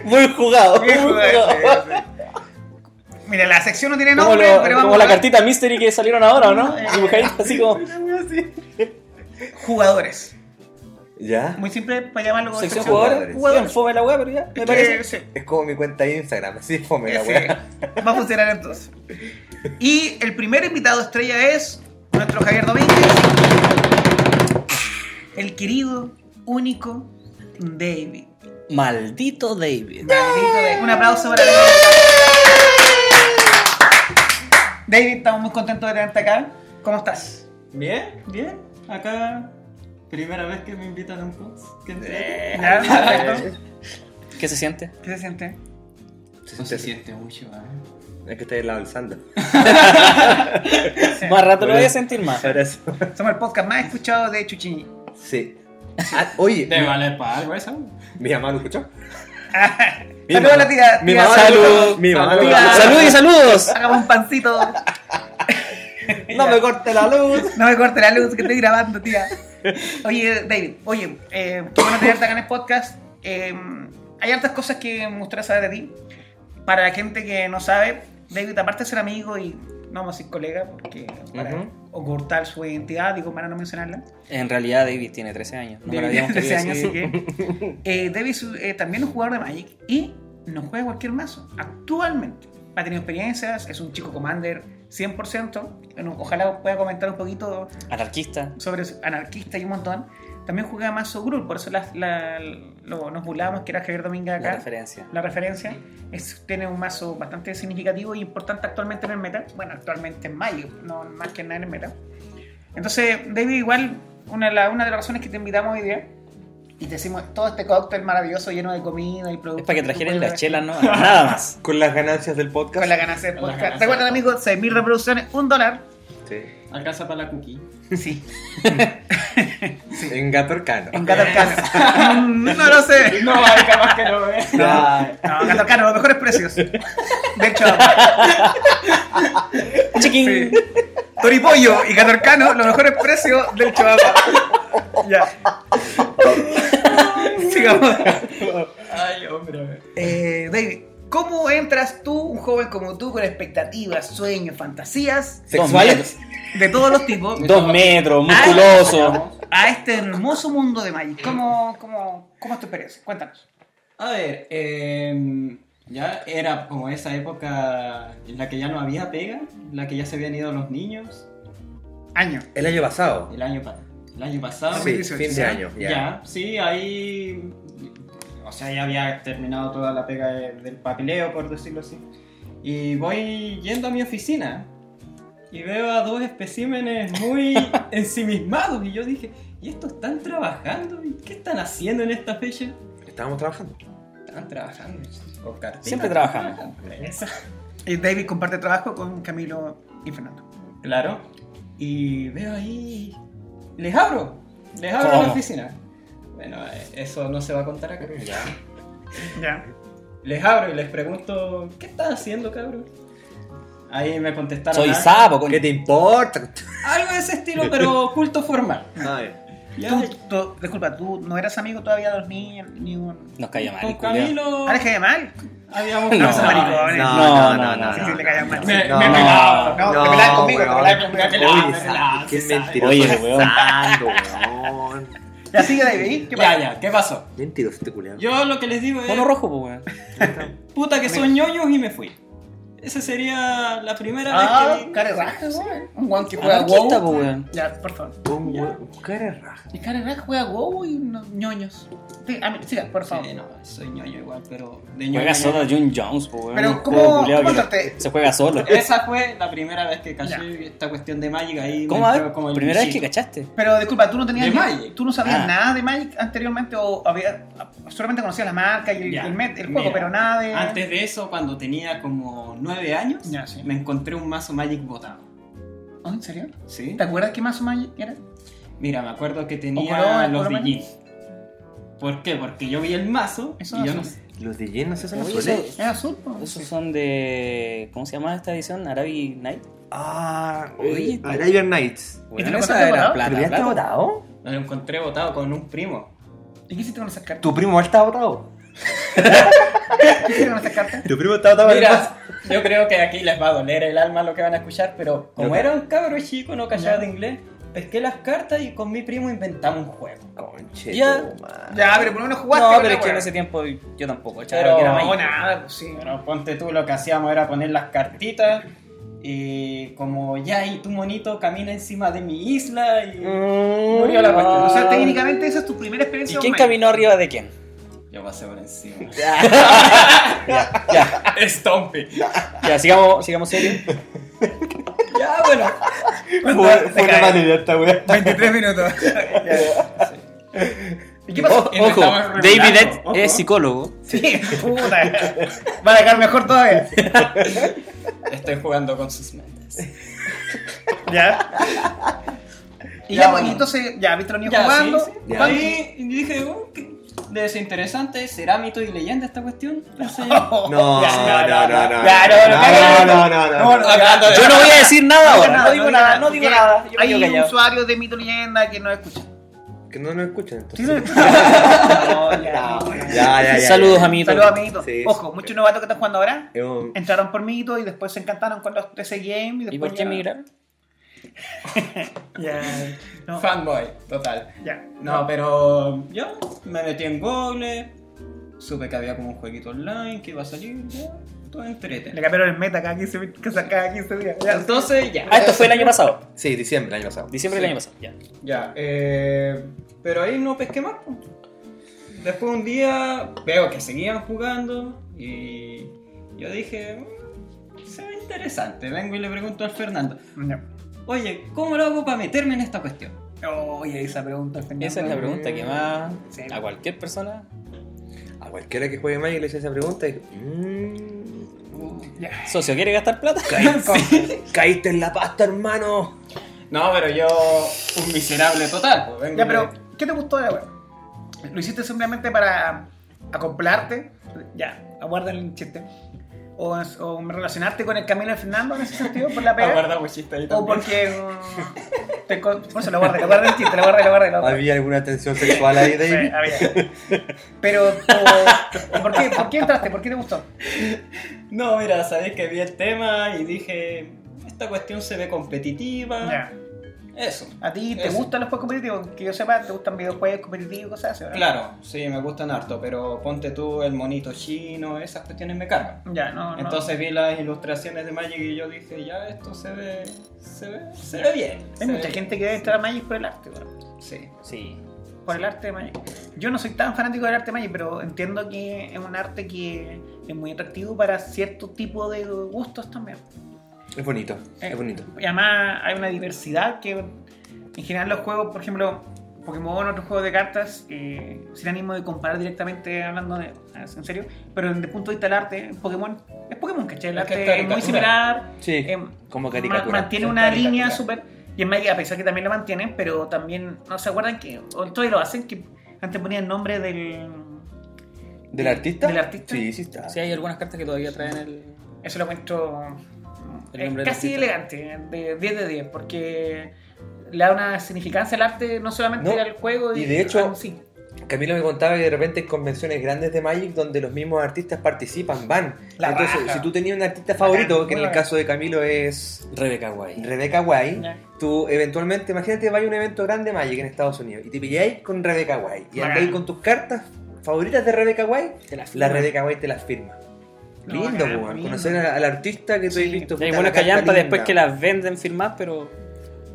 Muy jugado. Muy Qué juego jugado. ese, ese. Mira, la sección no tiene Como, nombre, lo- pero vamos como la a ver. cartita mystery que salieron ahora, ¿o ¿no? Eh. Dibujadita así como. Jugadores. ¿Ya? Muy simple para llamarlo como Sección jugadores. jugadores. Bien, fome la weá, pero ya, me parece. Eh, sí, Es como mi cuenta de Instagram. Así fome la ese. weá. Va a funcionar entonces. Y el primer invitado estrella es nuestro Javier Domínguez. El querido, único David. Maldito David. Maldito David. Un aplauso para David. David, estamos muy contentos de tenerte acá. ¿Cómo estás? Bien, Bien. acá primera vez que me invitan a un post. ¿Qué entrete. Eh, <laughs> Ya, perfecto. ¿Qué se siente? ¿Qué se siente? No se siente mucho, ¿eh? Es que estoy al lado del <laughs> Sandra. Sí. Más rato lo Bueno. voy a sentir más. Abrazo. Somos el podcast más escuchado de Chuchini. Sí. Ah, oye, ¿Te vale para algo eso? mi mamá lo escuchó. Mi Saludos a la mamá- tía. Mi tía mamá Sal. Salud. lo escuchó. Mi mamá lo Tía- escuchó. Saludos y saludos. Hagamos un pancito. <laughs> No me corte la luz. No me corte la luz que estoy grabando, tía. Oye, David, oye, eh, qué bueno tenerte acá en el podcast. Eh, hay hartas cosas que me gustaría saber de ti. Para la gente que no sabe, David, aparte de ser amigo y no vamos a decir colega, porque para Ujú. ocultar su identidad, digo, para no mencionarla. En realidad, David tiene 13 años. No me lo David habíamos tiene 13 años, así querido decir. <laughs> que. Eh, Davis eh, también es un jugador de Magic y no juega cualquier mazo. Actualmente ha tenido experiencias, es un chico commander 100%. Bueno, ojalá pueda comentar un poquito Anarquista. sobre su- anarquista y un montón. También jugaba Manso Grul, por eso las- la- lo- nos burlábamos que era Javier Domínguez La acá. referencia. La referencia es, tiene un mazo bastante significativo e importante actualmente en el meta. Bueno, actualmente en mayo, no más que nada en el meta. Entonces, David, igual, una, de la- una de las razones que te invitamos hoy día y te hicimos todo este cóctel maravilloso lleno de comida y productos. Es para que tú trajeran puedes- las chelas, ¿no? Nada más. Con las ganancias del podcast. Con la ganancia del Con la podcast. ganancia. ¿Se acuerdan, amigos? 6.000 reproducciones, un dólar. Sí. Alcanza para la cookie. Sí, En Gato Arcano. en Gatorcano. <laughs> no lo sé. No, ¿eh? hay capaz que lo ve. Ay. No, Gatorcano, los mejores precios. De hecho, <laughs> Chiquín. Sí. Toripollo y Catorcano, los mejores precios del Chihuahua. ya. Sigamos. Ay, hombre. Eh, David, ¿cómo entras tú, un joven como tú, con expectativas, sueños, fantasías Dos ¿Sexuales? metros, de todos los tipos dos metros, musculoso. a este hermoso mundo de Magic? ¿Cómo, cómo, cómo es tu experiencia? Cuéntanos. A ver, eh, ya era como esa época en la que ya no había pega, en la que ya se habían ido los niños. Año. El año pasado. El año, pa- el año pasado. Ah, Sí, 2018, fin ¿sí? de año. Ya. Ya. sí, ahí. O sea, ya había terminado toda la pega de- del papeleo, por decirlo así. Y voy yendo a mi oficina y veo a dos especímenes muy ensimismados. Y yo dije, ¿y estos están trabajando? ¿Y qué están haciendo en esta fecha? Estábamos trabajando. Están trabajando. O cartitas, Siempre trabajamos. trabajando. Eso. Eh, David comparte trabajo con Camilo y Fernando. Claro. Y veo ahí. Les abro. Les abro ¿Cómo? la oficina. Bueno, eh, eso no se va a contar acá. Ya. Ya. Les abro y les pregunto, ¿qué estás haciendo, cabrón? Ahí me contestaron Soy algo, sapo, coño. ¿Qué te importa? algo de ese estilo, pero <laughs> culto formal. Ay. Ya, Tú, tú- disculpa, tú no eras amigo todavía de los niños ni un. Nos cayó mal. con el culiao. Camilo ¿Ahora que mal? habíamos No, conversado. maricones. No, no, no, Sí, sí, le caía mal. Me, No, me pegaba. No, No, te peleas conmigo, te weón. peleas conmigo. te peleas. Oye, Sandy, qué mentiroso. Oye, es weón. Sandy, weón. Ya sigue David, ¿qué pasa? Ya, ya, ¿qué pasó? Mentiroso este culiao. Yo lo que les digo es, Mono rojo, pues, weón. puta que son ñoños y me fui. Esa sería la primera Ah, vez que... cara de raja, weón. Un guan que juega Anarquista, WoW. pues, weón. Ya, por favor. Un weón- un cara de raja. El cara de raja juega WoW y unos ñoños. Sí, a mí, siga, por favor. Sí, no, soy ñoño igual, pero de ñoño. Juega solo Jun Jones, pues, weón. Pero, Un ¿cómo- juego culiao cómo que no- entraste? Se juega solo. Esa fue la primera vez que caché esta cuestión de Magic ahí. ¿Cómo? me A entró ver, como el primera vez que bichito. cachaste. Pero disculpa, tú no tenías De ni- Magic. tú no sabías Ah. nada de Magic anteriormente o había solamente conocías la marca y el, Ya, el met- el juego, mira. pero nada de Antes de eso, cuando tenía como 9 años, Ya, sí. me encontré un mazo Magic botado. Oh, ¿En serio? ¿Sí? ¿Te acuerdas qué mazo Magic era? Mira, me acuerdo que tenía color, los color DJs. ¿Por qué? Porque yo vi el mazo Eso y yo no no sé. Los de Jen no se hacen Oye, azules. eso- Era azul, po. Esos son de. ¿Cómo se llama esta edición? Arabi Night. Ah, Oye, oye. Arabian Nights. ¿Y te Bueno, lo esa encontraste era botado? plata. ¿Pero ya está plata. votado? lo encontré botado con un primo. ¿Y qué hiciste con esas cartas? ¿Tu primo está votado? ¿Qué hiciste con esas cartas? ¿Tu primo está votado? Mira, <laughs> yo creo que aquí les va a doler el alma lo que van a escuchar, pero como Yo- era un cabro chico, no callaba Ya. de inglés, pesqué las cartas y con mi primo inventamos un juego. Conche. Ya. tu madre. Ya, pero por lo menos jugaste. No, con pero la es que en weá. ese tiempo yo tampoco. Pero- Chaval, que era No, Magic. nada, pues sí. Pero ponte tú, lo que hacíamos era poner las cartitas y como ya ahí tu monito camina encima de mi isla y murió la cuestión. O sea, Ah. técnicamente esa es tu primera ¿Y experiencia. con quién Magic. caminó arriba de quién? Yo pasé por <laughs> encima. Ya, ya, Estompe. ya, sigamos, sigamos <laughs> serio. Ya, bueno. Fue fue una cae. <laughs> batería esta weá. 23 <laughs> minutos. ¿Y qué pasó? Y nos Ojo, estamos David revelando, Ed ojo. es psicólogo. Sí, puta. Va a dejar mejor todavía. Estoy jugando con sus mentes. ¿Ya? Y Ya, ya, pues, bueno. y entonces, ya, viste los niños Ya, jugando. sí, sí. Ya. Ahí dije, oh, qué desinteresante, será mito y leyenda esta cuestión. Pensé yo. No, <laughs> No, Ya, no, no, no. Ya, no, no, no, cállate. no, no, no, no. <laughs> Hablando de- Yo no voy a decir nada ahora. No digo nada, no porque digo nada. Yo me Hay quedo callado. usuarios de Mito Leyenda que no escuchan. Que no nos escuchan Sí, <laughs> entonces. no escuchan. No, ya, no, ya. <laughs> Ya, ya, ya. Saludos, ya. amiguitos. Saludos, amiguitos. Sí, Ojo, sí. muchos novatos que están jugando ahora Es un- entraron por Mito y después se encantaron con los ese game. ¿Y, ¿Y después por qué ya- emigrar? Ya. No, ah, Fanboy, total. ya. No, pero yo me metí en Google, supe que había como un jueguito online que iba a salir, ya, todo Le entrete. cambiaron el meta cada 15, min- cada- cada 15 días. Ya. Entonces, ya, Ah, esto fue el año pasado. Sí, diciembre, el año pasado. Diciembre del año pasado. Ya. ya, eh, Pero ahí no pesqué más. po. Después un día veo que seguían jugando y yo dije, "Mm, se ve interesante. Vengo y le pregunto al Fernando, No. oye, ¿cómo lo hago para meterme en esta cuestión? Oye, esa pregunta, Fernando. Esa es la pregunta que más Sí. a cualquier persona. A cualquiera que juegue Magic le hice esa pregunta y. mm, <laughs> Ya. Socio, ¿quiere gastar plata? caíste, caíste en la pasta, hermano. No, pero yo, un miserable total. po. Vengo Ya, y pero, le- ¿qué te gustó de la web? ¿Lo hiciste simplemente para acoplarte? Ya, aguarda el chiste. ¿O, o relacionarte con el camino de Fernando en ese sentido por la pega? Aguarda, pues, chiste ahí ¿O también. porque.? mm, te co- por eso lo guardé, lo guardé el chiste, lo guardé, lo guardé. <laughs> Lo guardé. ¿Había alguna tensión sexual <laughs> ahí, Sí, David? había. <laughs> Pero, o- ¿por qué, ¿por qué entraste? ¿Por qué te gustó? No, mira, sabéis que vi el tema y dije, esta cuestión se ve competitiva. Ya. Eso. ¿A ti te Eso. gustan los juegos competitivos? Que yo sepa, ¿te gustan videojuegos competitivos y cosas así? ¿verdad? Claro, sí, me gustan harto, pero ponte tú el monito chino, esas cuestiones me cargan. Ya, no. no. Entonces vi las ilustraciones de Magic y yo dije, ya esto se ve, se ve, se ve bien. Hay se mucha ve gente que debe entrar a Magic por el arte, weón. bien". Sí. Sí. por el arte de Magic. Yo no soy tan fanático del arte de Magic, pero entiendo que es un arte que es muy atractivo para cierto tipo de gustos también. Es bonito, Eh, es bonito. Y además hay una diversidad que en general los juegos, por ejemplo, Pokémon, otros juegos de cartas, eh, sin ánimo de comparar directamente hablando de, en serio, pero desde el punto de vista del arte, Pokémon es Pokémon, ¿cachai? El Es que es arte es muy caricatura. similar, Sí, em, como ma- caricatura. mantiene Es una caricatura. línea súper. Y en Magic, a pesar que también la mantienen, pero también, ¿no se acuerdan que? O todavía lo hacen, que antes ponían nombre del. ¿Del artista? ¿Del artista? Sí, sí <laughs> está. Sí, hay algunas cartas que todavía traen el. Eso lo encuentro El es nombre del casi artista. elegante, de 10 de 10, porque le da una significancia al arte, no solamente No, al juego. y de hecho- ah, sí. Camilo me contaba que de repente hay convenciones grandes de Magic donde los mismos artistas participan, van. La Entonces, raja. si tú tenías un artista favorito, que en el Bueno. caso de Camilo es Rebeca Guay. Rebeca Guay, Ya. tú eventualmente, imagínate, vaya a un evento grande de Magic en Estados Unidos y te pilláis con Rebeca Guay y Bacán. andáis con tus cartas favoritas de Rebeca Guay, Te la firma. la Rebeca Guay te las firma. No, lindo, bacán, weón, lindo. conocer a- al artista que tú Sí. has visto. Hay buenas puta, la carta callampas después linda. que las venden firmadas, pero.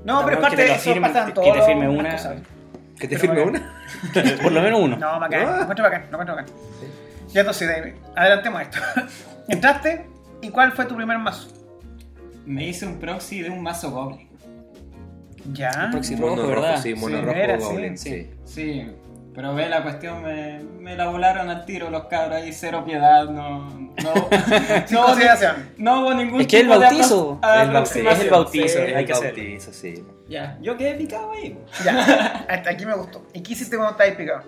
No, No, pero es que parte te de lo eso, firmen, pasa en que- todos que te firme los- una. las cosas. ¿Que te Pero firme bueno. una? <laughs> Por lo menos uno. No, <laughs> bacán, No. lo encuentro bacán, lo encuentro bacán. Ya entonces, David, adelantemos esto. <laughs> Entraste, ¿y cuál fue tu primer mazo? Me hice un proxy de un mazo goblin. Ya. <laughs> El próximo. Sí, Mono rojo, rojo, ¿verdad? Sí, mono Sí, rojo, era, sí, goblin, sí. sí. Sí, pero ve la cuestión, me, me la volaron al tiro los cabros ahí, cero piedad, no... <laughs> No, Sin no, consideración. no hubo ningún Es que el tipo de bautizo. apro- Ah, El es bautizo, el bautizo, aproximación. hay El que hacer. bautizo, sí. Sí, Ya, yo quedé picado ahí. po. Ya, hasta aquí me gustó. ¿Y qué hiciste cuando estabas picado?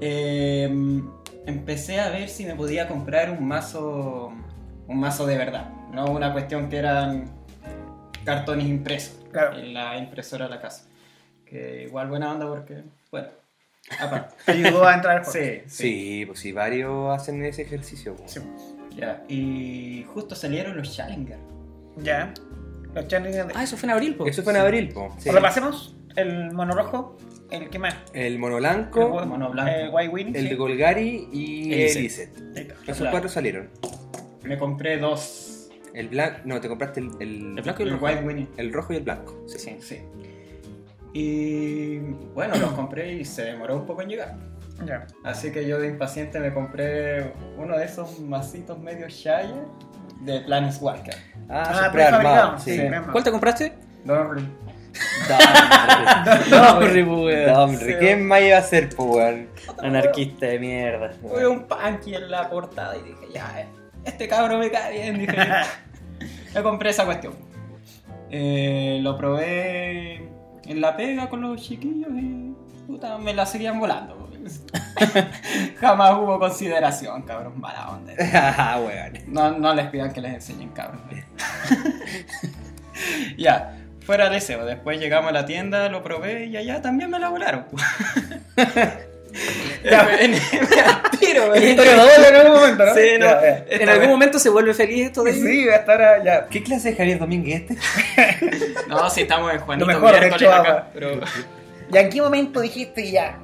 Eh, empecé a ver si me podía comprar un mazo. Un mazo de verdad. No una cuestión que eran cartones impresos Claro. Eh. en la impresora de la casa. Que igual buena onda porque. Bueno. Aparte. Te ayudó a entrar al juego. sí, sí. Sí, pues sí, varios hacen ese ejercicio. po. Sí. Ya. Y justo salieron los Challenger. Ya. Los challenges de... Ah, eso fue en abril, po. Eso fue en Sí. abril, po. Sí. Repasemos el mono rojo, el que más. El mono El blanco, Wa- mono blanco. El White Winnie, el sí. de Golgari y El el Iset. Iset. Ahí está. Esos Claro. cuatro salieron. Me compré dos. El blanco, no, te compraste el, el, El blanco y El el rojo. White Winnie. el rojo y el blanco. Sí. Sí. Sí. Y bueno, los compré y se demoró un poco en llegar. Ya. Así que yo de impaciente me compré uno de esos masitos medio Shire de Planeswalker. Ah, Ah, prefabricado. prearmado. Sí, <laughs> Sí. prearmado. ¿Cuál te compraste? Dorry. Da No, <laughs> hombre, da hombre. ¿Qué más iba a hacer, po, weón? <laughs> Anarquista de mierda. Tuve un punky en la portada y dije, ya, eh, este cabro me cae bien. Dije, yo compré esa cuestión. Eh, lo probé en la pega con los chiquillos y puta, me la seguían volando. <laughs> Jamás hubo consideración, cabros, mala onda. Ah, weón. No, no les pidan que les enseñen, cabrón. <laughs> ya, fuera de eso. Después llegamos a la tienda, lo probé y allá también me la volaron. en, <laughs> tiro, güey. Historiador en algún momento, ¿no? Sí, no. Ya, ya. En algún momento se vuelve feliz esto de Sí, hasta ahora ah, ya. ¿Qué clase de Javier Domínguez este? No, si estamos en Juanito Lo mejor, de miércoles hecho, acá. va. Pero ¿Y en qué momento dijiste ya?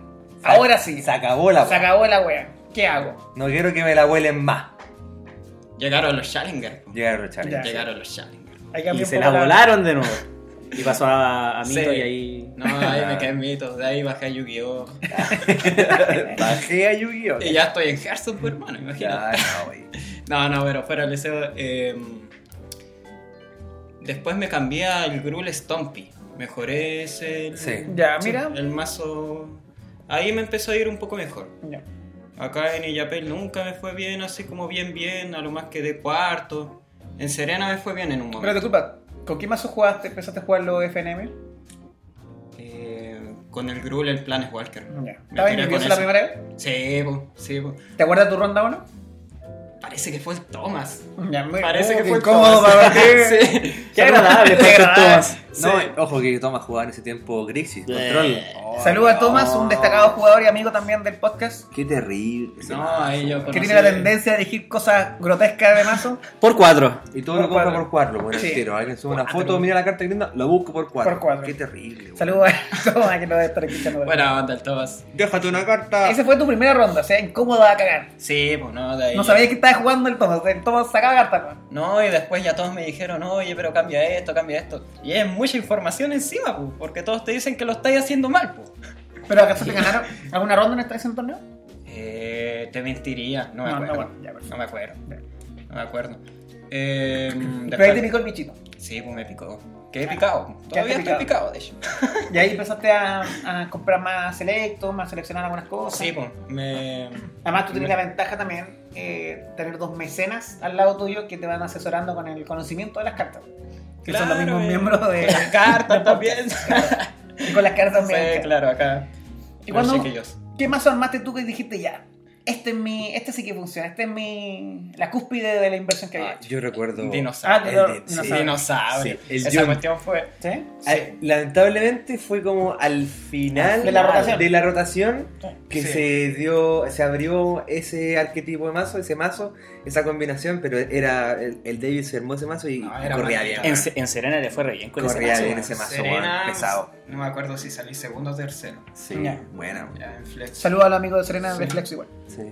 Ahora sí. Se acabó la Se acabó la wea. ¿Qué hago? No quiero que me la vuelen más. llegaron los Challenger. po. Llegaron los challenges. Ya. <laughs> Llegaron los Challenger. Hay que Y cambiar un se poco la volaron de nuevo. Y pasó a, a Mito Sí. y ahí. <laughs> No, ahí me quedé en mito. De ahí bajé a Yu-Gi-Oh! Bajé a <laughs> Yu-Gi-Oh! Y ya estoy en Hearthstone, pues, hermano, imagínate. Ya, no, güey. No, no, pero fuera del deseo. eh, después me cambié al Gruul Stompy. Mejoré ese. Sí. Ya, Sí, mira. El mazo. Ahí me empezó a ir un poco mejor. Ya. Acá en Illapel nunca me fue bien, así como bien, bien, a lo más quedé cuarto. En Serena me fue bien en un Pero momento. disculpa, ¿con qué mazo jugaste? ¿Empezaste a jugar los FNM? Eh, con el Gruul, el plan es Walker. Ya. ¿Estabas tiré con nervioso la ese. primera vez? Sí, po, sí, po. ¿Te acuerdas tu ronda 1? Parece que fue el Thomas. Ya, muy Parece muy que fue el incómodo Thomas. para ti. Sí. Qué agradable, Qué fue con agradable. Thomas. No, ojo que Thomas jugaba en ese tiempo Grixis, Bleh. control. Saludos a Tomás, un destacado jugador y amigo también del podcast, Qué terrible. Ah, ese <laughs> No, eh. mazo. ahí yo que conocí- tiene la tendencia a elegir cosas grotescas de mazo <laughs> Por cuatro. Y todo lo Por compra cuadro. por cuadro, por Sí. entero. Alguien sube una Cuatro. foto, mira la carta grinda, lo busco por cuadro. Por cuadro. Qué terrible. güey. Saludos a <laughs> Tomás, que no debe estar escuchando. Buena onda el Thomas. Déjate una carta. Esa fue tu primera ronda, o sea, incómoda a cagar. Sí, pues no, de ahí. No sabías que estabas jugando el Thomas, el Thomas sacaba cartas. ¿no? No, y después ya todos me dijeron, oye, pero cambia esto, cambia esto. Y es mucha información encima, pues, porque todos te dicen que lo estáis haciendo mal, pues. ¿Pero acaso te ganaron alguna ronda en este ese torneo? Eh, te mentiría, no me No, no, acuerdo. No, bueno, ya, perfecto. me acuerdo. No me acuerdo. Eh, Pero ahí te después- picó el bichito. Sí, pues me picó. Quedé picado. Ya Todavía te estoy picado, de hecho. Y ahí empezaste a, a comprar más selectos, más seleccionar algunas cosas. Sí, pues me. Además, tú tienes la ventaja también eh, tener dos mecenas al lado tuyo que te van asesorando con el conocimiento de las cartas. Que son los Claro, mismos eh, miembros con de. <laughs> Las <laughs> cartas también. y con las cartas me sí, encanta. claro, acá. ¿Y cuándo- Los chiquillos. ¿Qué mazo armaste tú que dijiste ya? Este es mi. Este sí que funciona. Este es mi. La cúspide de la inversión que había Ah, hecho. yo recuerdo. Ah, Dinosaurio. pero- el de- no sí. sabe. Dinosaurio. Sí, el Esa Jun. cuestión fue. ¿Sí? Al- Ah, lamentablemente fue como al final De la rotación. de la rotación Sí. que Sí. se dio, se abrió ese arquetipo de mazo, ese mazo, esa combinación, pero era el, el Davis se armó ese mazo y No, era corría maldito. bien. En, en Serena le fue re bien con Corría ese mazo. bien ese mazo, Serena, weón, pesado. No me acuerdo si salí segundo o tercero. Sí, Ya. buena. weón. Ya, en Fletch. Saludos a los amigos de Serena Sí. de Flex igual. Sí.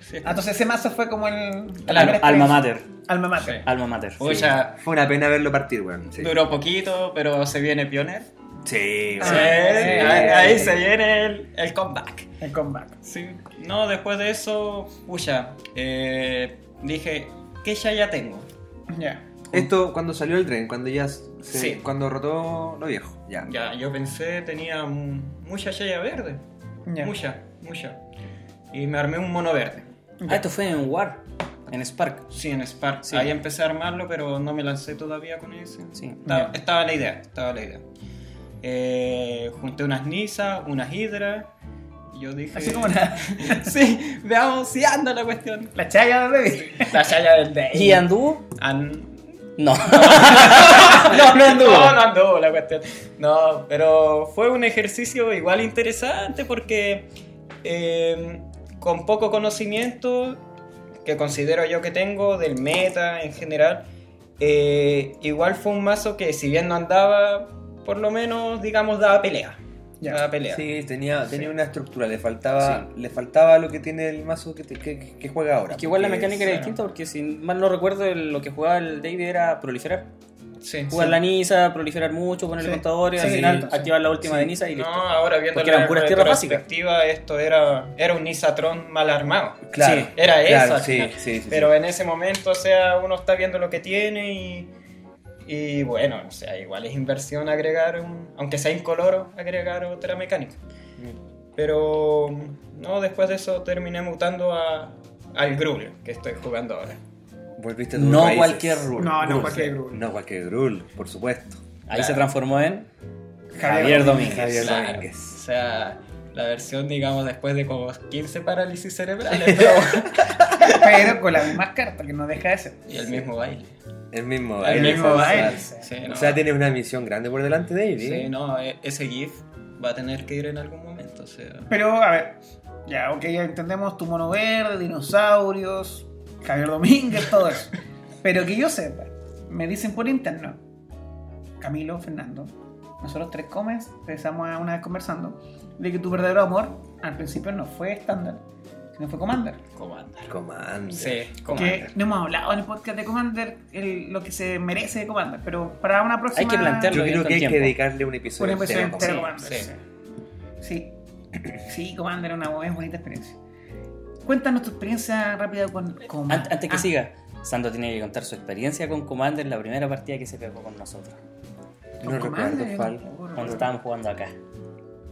Sí. Ah, Entonces ese mazo fue como el. Claro, Al- Alma mater. Alma mater. Sí. Alma mater. Uy, ya Fue una pena verlo partir, weón. Sí. duró poquito, pero se viene Pioneer. Ah, Sí, Sí, weón. ahí, ahí se viene el, el comeback. El comeback. Sí. No, después de eso, pucha, eh, dije, que ya ya tengo. Ya. Esto cuando salió el tren, cuando ya se- Sí. cuando rotó lo viejo, ya. Ya, yo pensé, tenía mm, mucha Yaya verde. ya. Mucha, mucha. Y me armé un mono verde. Ah, esto fue en War, en Spark. Sí, en Spark. Sí. Ahí empecé a armarlo, pero no me lancé todavía con ese. Sí. Estaba, estaba la idea, estaba la idea. Eh, junté unas Nisa, unas Hydra. y Yo dije. Así como <laughs> una. sí, veamos si anda la cuestión. La chaya de David. La Yaya del Day. ¿Y <laughs> anduvo? An- Eh, No. No, no anduvo. No, no anduvo la cuestión. No, pero fue un ejercicio igual interesante porque eh, con poco conocimiento que considero yo que tengo del meta en general, eh, igual fue un mazo que si bien no andaba, por lo menos digamos daba pelea. Ya. Daba pelea. Sí, tenía, tenía una estructura, le faltaba, le faltaba lo que tiene el mazo que, te- que- que juega ahora. Es que igual la porque mecánica es- era distinta porque si mal no recuerdo el- lo que jugaba el David era proliferar. Sí, Jugar sí. la Nisa, proliferar mucho, poner Sí. el contador y Sí, al final sí. activar la última Sí. de Nisa y No, listo. ahora viendo Porque la eran puras tierras básicas. retrospectiva, esto era, era un Nisatron mal armado. Claro, Sí, era claro, eso, Sí, al final. sí, sí, sí. Pero en ese momento, o sea, uno está viendo lo que tiene y, y bueno, o sea, igual es inversión agregar, un, aunque sea incoloro, agregar otra mecánica. Mm. Pero no, después de eso terminé mutando a, al Gruul que estoy jugando ahora. Volviste a tus No raíces. cualquier rule. No, no Gruul, cualquier sí. Gruul. No cualquier Grul, por supuesto. Ahí Claro. se transformó en Javier Javier Domínguez. Javier Claro, Domínguez. O sea, la versión, digamos, después de como 15 parálisis cerebrales, pero bueno, Pero con las mismas cartas, que no deja de ser. y el mismo baile. El mismo El baile, mismo o sea, baile. Sí, O no. sea, tienes una misión grande por delante, ¿eh? David. Sí, no, e- ese GIF va a tener que ir en algún momento, o sea. Pero, a ver, ya, ok, ya entendemos tu mono verde, dinosaurios, Javier Domínguez, todo <laughs> eso. Pero que yo sepa, me dicen por interno, Camilo, Fernando, nosotros tres comes, empezamos a- una vez conversando, de que tu verdadero amor al principio no fue estándar, sino fue Commander. Commander. Commander. Sí, Que Commander. no hemos hablado en el podcast de Commander el- lo que se merece de Commander, pero para una próxima. Hay que plantearlo. Yo creo que hay Tiempo. que dedicarle un episodio. Una episodio entero a entero, Commander. Commander. Sí. Sí, Commander es una buena, es bonita experiencia. Cuéntanos tu experiencia rápida con Commander. Ant- antes que Ah, siga, Sandro tiene que contar su experiencia con Commander en la primera partida que se pegó con nosotros. con No recuerdo, Commander, Fal. tampoco Cuando recuerdo. estábamos jugando acá.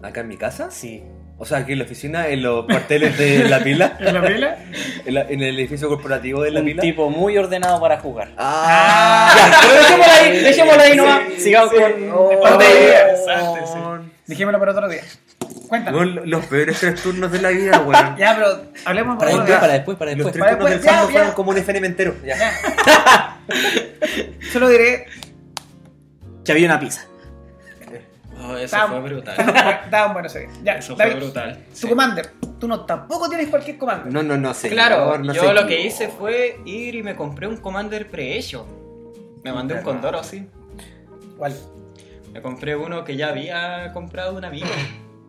¿Acá en mi casa? Sí. O sea, aquí en la oficina, en los cuarteles de la pila, <laughs> ¿En la pila? <laughs> en, la- en el edificio corporativo de la Un pila. tipo muy ordenado para jugar. Ah, Ya, pero dejémoslo ahí, dejémoslo ahí nomás. Sigamos con. Parte de día. Weón. Dijémoslo para otro día. Cuéntanos. Weón, los peores tres turnos de la vida, weón. Ya, pero hablemos Para para otro después, día. para después, para Los después. tres para turnos del después, pues, ya, Sando ya. fueron como un FM entero. Ya. Solo diré, <laughs> Que había una pizza. Oh, eso Tam- fue brutal. estaban buenos ese día. Ya, Eso fue David, brutal. tu Commander. Tú no, tampoco tienes cualquier Commander. No, no, no sé. Claro, no yo sé lo qué. que hice fue ir y me compré un Commander prehecho. Me mandé un Claro. Condoro así. <laughs> ¿Cuál? Me compré uno que ya había comprado un amigo. <laughs>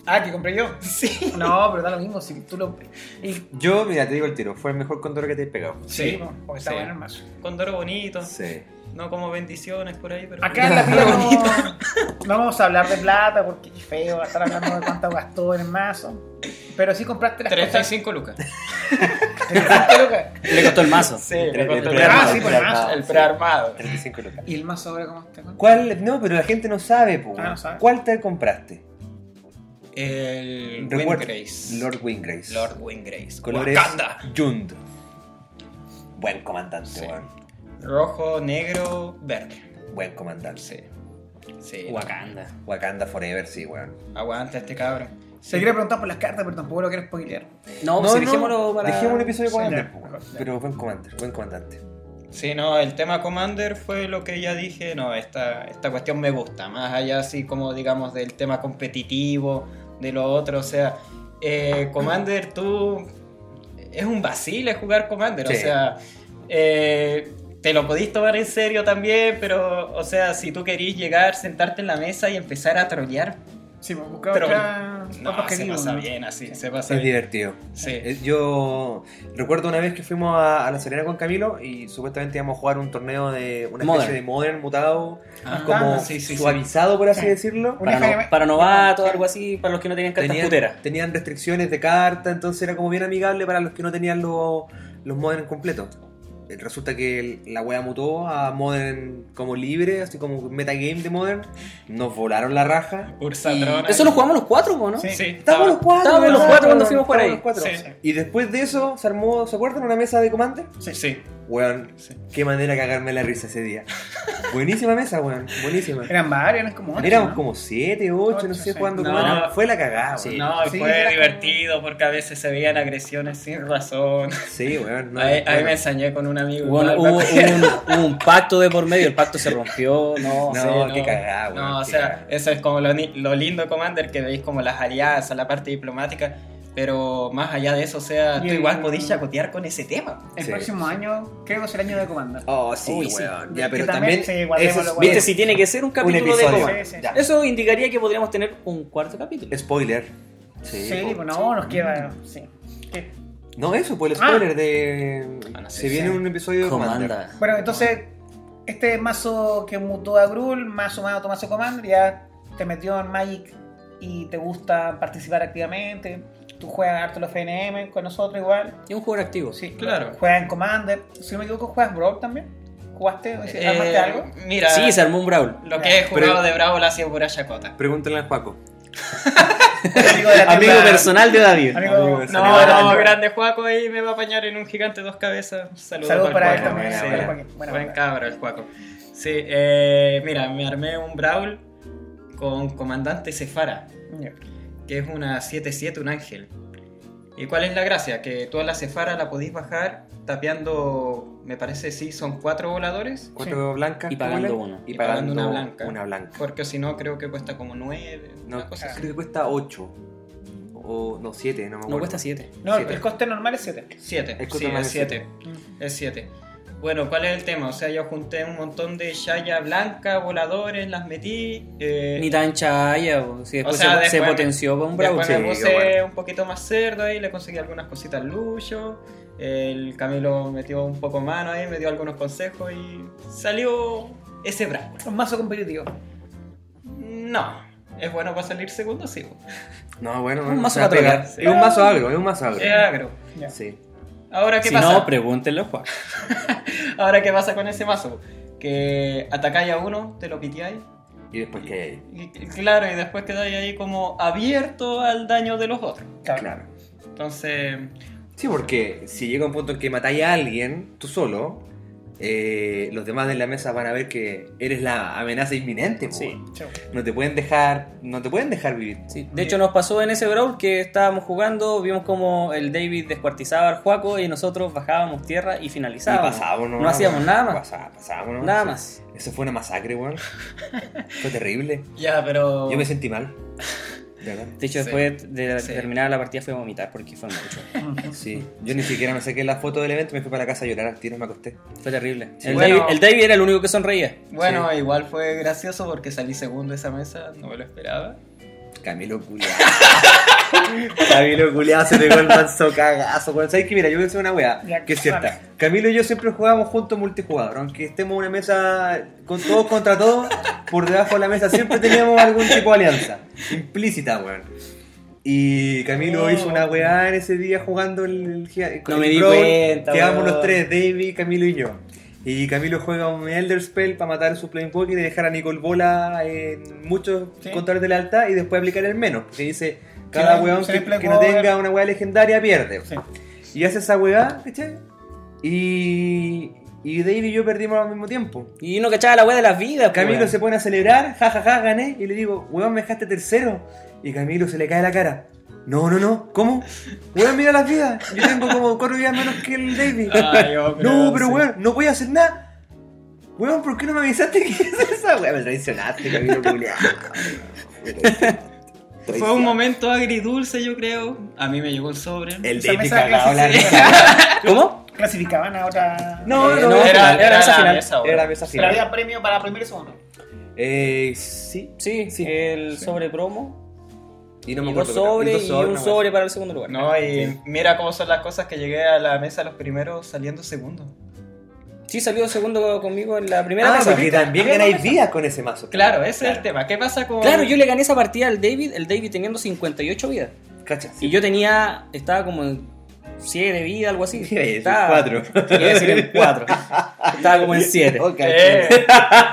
Ah, que compré yo. Sí. No, pero da lo mismo si tú lo. y- Yo, mira, te digo el tiro, fue el mejor condor que te he pegado. Sí, no, porque está sí. bueno el mazo. Condoro bonito. Sí. No como bendiciones por ahí, pero. Acá en la pila <laughs> no, no vamos a hablar de plata porque es feo estar hablando de cuánto gastó en el mazo. Pero sí compraste las cosas. 35 lucas. ¿Compraste, Luca? Le costó el mazo. Sí, El me pre- costó el el prearmado, prearmado. sí, por el mazo, Ah, El prearmado. <laughs> 35 lucas. ¿Y el mazo ahora cómo está? ¿Cuál? No, pero la gente no sabe, po. Ah, no sabe. ¿Cuál te compraste? El Recuerda- Windgrace. Lord Wingrace. Lord Windgrace. Colores Wakanda. Jund. Buen comandante, Sí. weón. Rojo, negro, verde. Buen comandante. Sí. Sí. Wakanda. Wakanda Forever, sí, weón. Aguanta este cabrón. Se quería preguntar por las cartas, pero tampoco lo quiero spoilear. No, pues dejémoslo para. Dejemos un episodio Sí, con ya, Ander, po, weón. mejor, ya. Pero buen comandante, buen comandante. Sí, no, el tema Commander fue lo que ya dije, no, esta, esta cuestión me gusta, más allá así como digamos del tema competitivo, de lo otro, o sea, eh, Commander tú es un vacile jugar Commander, Sí. o sea, eh, te lo podís tomar en serio también, pero, o sea, si tú querís llegar, sentarte en la mesa y empezar a trolear, Sí, me buscaba Pero- acá. no, se pasa bien así, se pasa Es bien. divertido. Sí. Eh, Yo recuerdo una vez que fuimos a, a la Serena con Camilo y supuestamente íbamos a jugar un torneo de una especie Modern. de modern mutado, Ah, como sí, sí, sí. suavizado, por así Sí. decirlo. Una Para, no, para novatos, algo así, para los que no tenían cartas Tenían, puteras. tenían restricciones de carta, entonces era como bien amigable para los que no tenían los, los modern completos. Eh, Resulta que el- la wea mutó a modern como libre, así como metagame de modern. Nos volaron la raja. Ursatrona. Eso lo jugamos los cuatro, po, ¿no? Sí. Sí, Estábamos los estaba- cuatro. Estábamos los weón, cuatro cuando fuimos por estábamos ahí. los cuatro. Sí, sí. Y después de eso se armó, ¿se acuerdan? Una mesa de commander. Sí, sí. Weón, Sí. qué manera de cagarme la risa ese día. Buenísima mesa, weón. Buenísima. Eran varios, eran como ocho, Éramos ¿no? como 7, 8, no Ocho, sé, sí. jugando No. Commander. Fue la cagada, Sí. weón. No, y Sí, fue era divertido porque a veces se veían agresiones sin razón. Sí, weón. no, ahí, ahí bueno. me ensañé con un amigo. Hubo, igual, hubo- me hubo acuerdo. un, hubo un pacto de por medio, el pacto se rompió, no. No. sí. qué cagada, weón, <laughs> No, o qué sea, cagada. eso es como lo, ni- lo lindo de Commander, que veis como las alianzas, la parte diplomática. Pero más allá de eso, o sea, tú Y el- igual podís chacotear con ese tema. El Sí. próximo año creo que será el año de Commander. Oh, sí, Uy, sí. weón. Ya, Que pero también- también. sí, guardémoslo, ese es- guardémoslo. Viste, si tiene que ser un un capítulo de episodio. Commander. Sí, sí, Ya. Eso indicaría que podríamos tener un cuarto capítulo. Spoiler. Sí, Sí. po. pues no, nos queda. Sí. ¿Qué? No, eso, pues el Ah. spoiler de. Ah, no sé, Se viene sí. un episodio de Commander. Comanda. Bueno, entonces, este mazo que mutó a Grul, mazo mazo mazo Commander, ya te metió en Magic y te gusta participar activamente. Tú juegas harto los FNM con nosotros igual. Y un jugador activo. Sí, Claro. Juegas en Commander. Si no me equivoco, juegas Brawl también. ¿Jugaste? ¿Armaste Eh, <laughs> algo? Mira, Sí, se armó un Brawl. lo que he jugado Pero- de Bravo lo ha sido pura chacota. Pregúntale a Juaco. Amigo, de la Amigo tienda- personal de David. Amigo- Amigo No, <laughs> personal. no, no, no. grande Juaco ahí me va a apañar en un gigante dos cabezas. Saludos Saludos para él Juaco. también. Sí. para Joaquín. Buena Buen onda. cabro el Juaco. Sí, eh, mira, me armé un Brawl con Comandante Cefara, Ya. que es una 7-7, un ángel. ¿Y cuál es la gracia? Que tú a la Cefara la podís bajar tapeando, me parece, sí, son cuatro voladores. Cuatro blancas. Y pagando ¿cómo le- uno. Y Y pagando pagando una blanca. Una blanca. Porque si no, creo que cuesta como nueve. No, una cosa así. creo que cuesta 8. O no, 7, no me acuerdo. No cuesta 7. No, Siete. el coste normal es 7. Siete. Es Sí, totalmente es siete. Es siete. Bueno, ¿cuál es el tema? O sea, yo junté un montón de shaya blancas, voladores, las metí. eh, Ni tan chaya, po. Si después, O sea, se, se después me- potenció con Bravo. Después me Sí, puse bueno. un poquito más cerdo ahí, le conseguí algunas cositas al Lucho. El Camilo metió un poco mano ahí, me dio algunos consejos y salió ese bravo. Un mazo competitivo. No, es bueno para salir segundo, sí. po. No, bueno, Un bueno, mazo se va a para pegar. trolear, sí. Es un mazo agro, es un mazo agro. Es agro. Ya. Sí. Ahora, ¿qué Si pasa? no, pregúntenlo, Juan. Ahora, ¿qué pasa con ese mazo? Que atacáis a uno, te lo piteáis. Y después que hay ahí. Y, y claro, y después quedáis ahí como abierto al daño de los otros. Claro. Entonces, Sí, porque si llega un punto en que matáis a alguien, tú solo, eh, los demás de la mesa van a ver que eres la amenaza inminente. po. Sí. Chao. No te pueden dejar, no te pueden dejar vivir. Sí, de hecho nos pasó en ese brawl que estábamos jugando, vimos como el David descuartizaba al Juaco y nosotros bajábamos tierra y finalizábamos. Y pasábamos nomás, no hacíamos weón. nada más. Pasá- pasábamos nomás. Nada Sí. más. Eso fue una <laughs> masacre, weón. fue terrible. ya, pero. Yo me sentí mal. De verdad. De hecho, Sí. después de Sí. terminar la partida fui a vomitar porque fue mucho. Sí. Yo ni siquiera me saqué la foto del evento, me fui para la casa a llorar al tiro, me acosté. Fue terrible. Sí. el, Bueno. David, el David era el único que sonreía. Bueno, igual fue gracioso porque salí segundo de esa mesa, no me lo esperaba. Camilo culiado. <laughs> Camilo culiado se pegó el manso cagazo. Bueno, ¿sabes qué? Mira, yo voy a decir una weá Ya, que es cierta. vale. Camilo y yo siempre jugábamos juntos multijugador. Aunque estemos en una mesa con todos contra todos, por debajo de la mesa siempre teníamos algún tipo de alianza. Implícita, weón. Y Camilo Oh. hizo una weá en ese día jugando el, el No el me di Brawl. cuenta, Quedamos weón. los tres, David, Camilo y yo. Y Camilo juega un Elder Spell para matar su Plane Pocket y dejar a Nicole Bola en muchos Sí. controles de la alta y después aplicar el menos. Porque dice, cada no- weón se que, le play que no power. tenga una weá legendaria pierde. Sí. Y hace esa weá, ¿cachai? Y, y David y yo perdimos al mismo tiempo. Y no cachaba la wea de las vidas. pues, Camilo weón. se pone a celebrar, jajaja, gané. Y le digo, weón, me dejaste tercero. Y Camilo se le cae la cara. No, no, no, ¿cómo? Weón, mira las vidas. Yo tengo como cuatro vidas menos que el David. <laughs> Ah, yo creo, No, pero sí. weón, no voy a hacer nada. Weón, ¿por qué no me avisaste que <laughs> es esa weón? Me traicionaste, Camilo culiao. Fue un momento agridulce, yo creo. A mí me llegó el sobre. El Esa David mesa cagado la clase- risa. ¿cómo? <laughs> Clasificaban a otra. No, Eh, no, no, era- era, era, era mesa la final. mesa, weón. era la mesa Pero final. había premio para primero y segundo. Eh, sí. Sí, Sí. el sobre promo. Y Y no me dos acuerdo. sobres y, sobre, Ah, un no me sobre para el segundo lugar. No, y mira cómo son las cosas que llegué a la mesa los primeros saliendo segundo. Sí, salió segundo conmigo en la primera acuerdo. Ah, mesa. porque también ganáis vidas con ese mazo. Claro, ese este. es el tema. ¿Qué pasa con.? Claro, yo le gané esa partida al David, el David teniendo 58 vidas. Cacha. <laughs> Y yo tenía, estaba como en 7 vidas, algo así. <laughs> Iba a decir Estaba- cuatro. Iba a decir <laughs> en 4. Estaba como en 7. <laughs> Oh, cacha. Eh.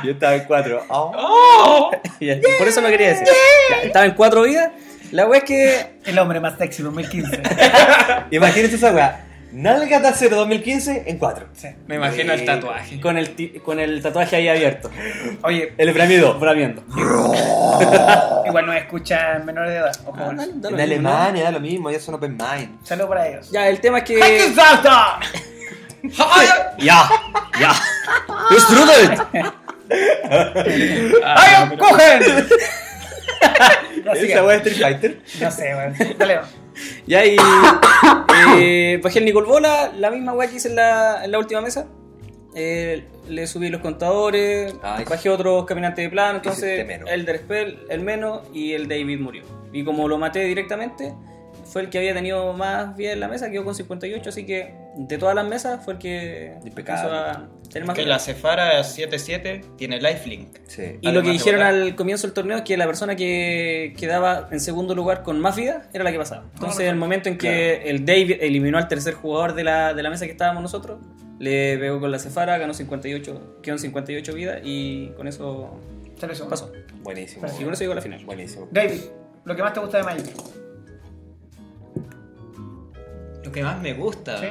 Yo estaba en cuatro. Oh. ¡Oh! Por eso lo quería decir. Ya, Estaba en 4 vidas. La wea es que. El hombre más sexy 2015. Imagínense esa weá. Nalga Tacero 2015 en cuatro. Sí. Me imagino el tatuaje. Con el, ti- con el tatuaje ahí abierto. Oye, El bramido. Bramiendo. igual nos escuchan menores de edad. o jóvenes. Da lo En mismo, Alemania da lo mismo, ellos son open mind. Saludos para ellos. ¿no? Ya, el tema es que. ¡Exacto! ¡Ya! ¡Ya! ¡Strudel! Ah, no, pero- <laughs> ¡Cogen! Ya, sigue. ¿Esa weá es Street Fighter? No sé, weón. Dale, weón. Ya, <coughs> y. eh, bajé el Nicol Bola, la misma weá que hice en la, en la última mesa. Eh, le subí los contadores, Ay. bajé otros caminantes de plano, entonces Hiciste menos. Elder Spell, el menos y el David murió. Y como lo maté directamente, fue el que había tenido más vida en la mesa, quedó con 58, así que de todas las mesas fue el que Impecable. empezó a tener más Que vida. la Cefara 77 tiene lifelink. Sí. Y lo que Además de dijeron votar. al comienzo del torneo es que la persona que quedaba en segundo lugar con más vida era la que Ah, pasaba. Entonces, el momento en que el David eliminó al tercer jugador de la, de la mesa que estábamos nosotros, le pegó con la Cefara, ganó 58, quedó en 58 vidas y con eso Saludos. weón. pasó. Buenísimo. Y con eso llegó a la final. Buenísimo. David, lo que más te gusta de Magic. Lo que más me gusta. Sí.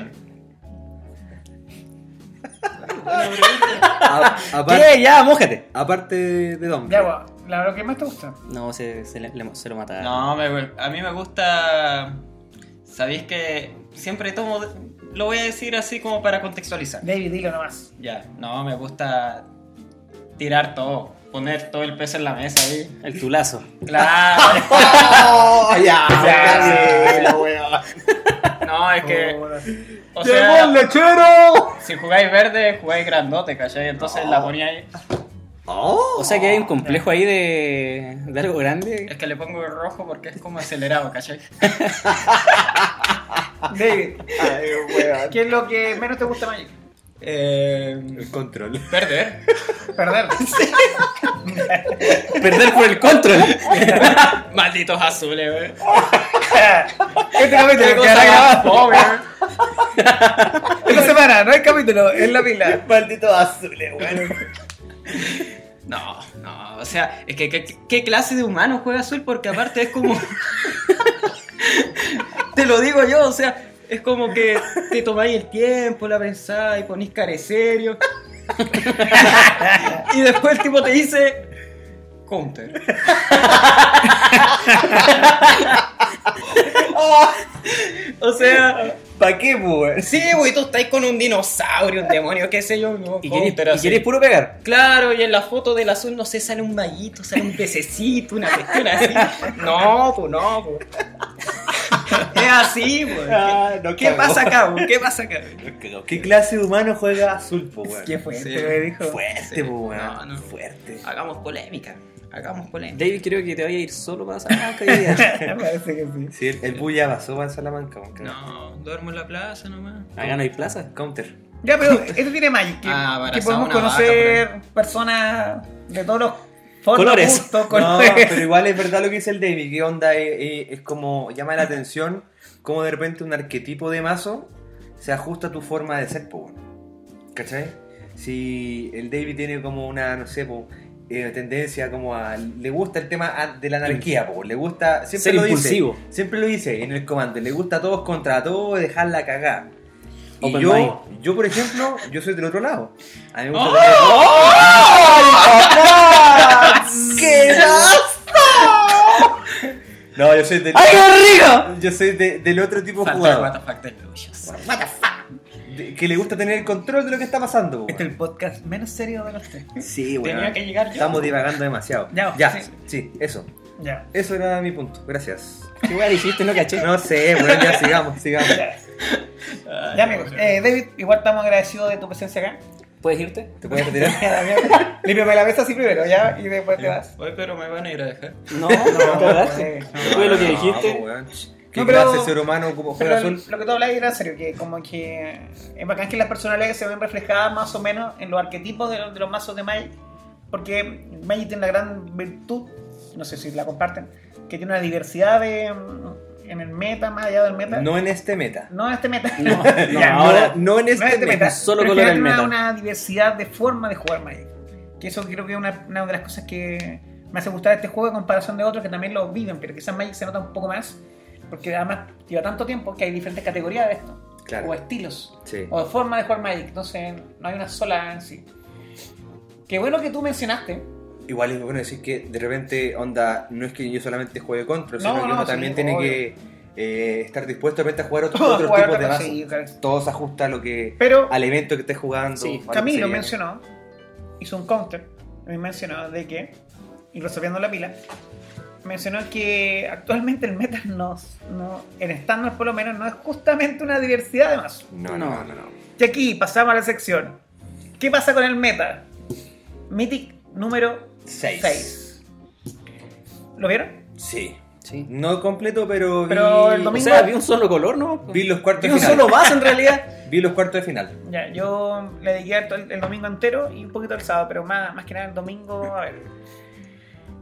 A- aparte, ¿Qué? Ya, mójate. aparte de Dom. Ya, weón. La- Lo que más te gusta. No, se, se, le- le- se lo mataron. No, me- a mí me gusta. Sabéis que siempre tomo. Lo voy a decir así como para contextualizar. David, dilo nomás. Ya, no, me gusta tirar todo, poner todo el peso en la mesa ahí. El tulazo. <laughs> Claro. ¡Oh, ya! Ya. Camilo, weón. no, No, es que. Oh. O ¡Llegó el sea, lechero! si jugáis verde, jugáis grandote, ¿cachai? Entonces la ponía ahí. Oh. O sea que hay un complejo ahí de, de algo grande. Es que le pongo rojo porque es como acelerado, ¿cachai? David, Ay, weón. ¿qué es lo que menos te gusta de Magic? Eh, El control. perder. <laughs> Perder. Perder por el control. Malditos azules, wey. Este capítulo que <laughs> Qué cosa quedará más grabado. pobre, ¿eh? wey. Esta semana, no hay capítulo, es la pila. Maldito azules, weón. No, no, o sea, es que que- qué clase de humano juega azul porque aparte es como... <laughs> te lo digo yo, o sea, es como que te tomáis el tiempo, la pensáis, ponís carecerio. <laughs> y después el tipo te dice... Counter. <laughs> o sea, ¿Para qué, weón? sí, güey, tú estáis con un dinosaurio, un demonio, qué sé yo. No, Y Oh, Counter, queréis así. y queréis puro pegar. Claro, y en la foto del azul no sé, sale un mallito, sale un pececito, una cuestión <laughs> así. No, pues no, pues. Es así, pues. Ah, no ¿Qué cagó. pasa <laughs> acá, pues? ¿Qué pasa acá? ¿Qué clase de humano juega azul, po, weón? ¿Qué fue? Sí. Este me dijo. Fuerte, Sí. po, weón. No, no. Fuerte. Hagamos polémica. Hagamos polémica. David, creo que te vaya a ir solo para <laughs> Salamanca hoy día. <laughs> Me parece que sí. Sí, el, el bulla pasó para Salamanca, weón. No, duermo en la plaza nomás. Acá no hay plaza. Counter. Ya, pero este tiene Magic. Que, Ah, que abrazado, podemos una vaca conocer personas de todos los formas, Colores. gustos, No, colores. <laughs> pero igual es verdad lo que dice el David, que onda eh, eh, es como llama la atención como de repente un arquetipo de mazo se ajusta a tu forma de ser, po, weón. ¿cachai? Si el David tiene como una, no sé, po, eh, tendencia como a... Le gusta el tema a- de la anarquía, po, le gusta... Siempre Ser lo impulsivo. dice, siempre lo dice en el comando, le gusta a todos contra todos y dejarla cagar. Y Open yo, yo, por ejemplo, yo soy del otro lado. A <laughs> mí me gusta ¡Oh! tener- ¡Qué no, yo soy del. Yo soy de- del otro tipo de Falta el jugador. What the fuck del Lucius. de- que le gusta tener el control de lo que está pasando. Este es el podcast menos serio de los tres. Sí, Tenía que llegar yo. Estamos divagando demasiado. Ya, sí. sí. eso. Ya. Eso era mi punto. Gracias. ¿Qué weá dijiste? No caché. No sé, bueno, ya sigamos, sigamos. Ay, Ya, amigos. no sé. Eh, David, igual estamos agradecidos de tu presencia acá. ¿Puedes irte? ¿Te puedes retirar? Límpiame la mesa así primero, ya, y después te vas. Oye, pero me van a ir a dejar. <laughs> No, no, cagaste. eh, Fue lo que No, dijiste. po, weón. ¿Qué No, pero- clase de ser humano como juega Pero azul? lo que tú hablabas era en serio, que como que es bacán que las personalidades se ven reflejadas más o menos en los arquetipos de los, de los mazos de Magic, porque Magic tiene la gran virtud, no sé si la comparten, que tiene una diversidad de, mm, en el meta, más allá del meta. No en este meta. No en este meta. <laughs> No, no, Ya, ahora No, no en No es este de meta. meta. solo pero color generan el una- meta. Una, diversidad de formas de jugar Magic. Que eso creo que es una, una de las cosas que me hace gustar este juego en comparación de otros que también lo viven, pero quizás Magic se nota un poco más. Porque además lleva tanto tiempo que hay diferentes categorías de esto. Claro. O estilos. Sí. O formas de jugar Magic. Entonces no hay una sola en sí. Qué bueno que tú mencionaste. Igual es bueno decir que de repente, onda, no es que yo solamente juegue contra, No, sino que no, uno sí, también tiene obvio. que eh, estar dispuesto de repente a <laughs> jugar otros otros Jugar tipos de otra mazos. cosa, sí, claro. Todo se ajusta a lo que, Pero al evento que estés jugando. a lo que se Camilo viene. mencionó, hizo un counter, me mencionó de que, y resolviendo la pila, mencionó que actualmente el meta no, no en estándar por lo menos no es justamente una diversidad de mazos. No, no, no. no. Y aquí pasamos a la sección. ¿Qué pasa con el meta? Mythic número Seis. 6. ¿Lo vieron? Sí. Sí. No completo, pero. Pero vi, el O domingo- sea, <laughs> vi un solo color, ¿no? vi los cuartos Vi de un final. solo vaso en realidad. Vi los cuartos de final. Ya, yo le dediqué harto el, el domingo entero y un poquito el sábado, pero más, más que nada el domingo, a ver.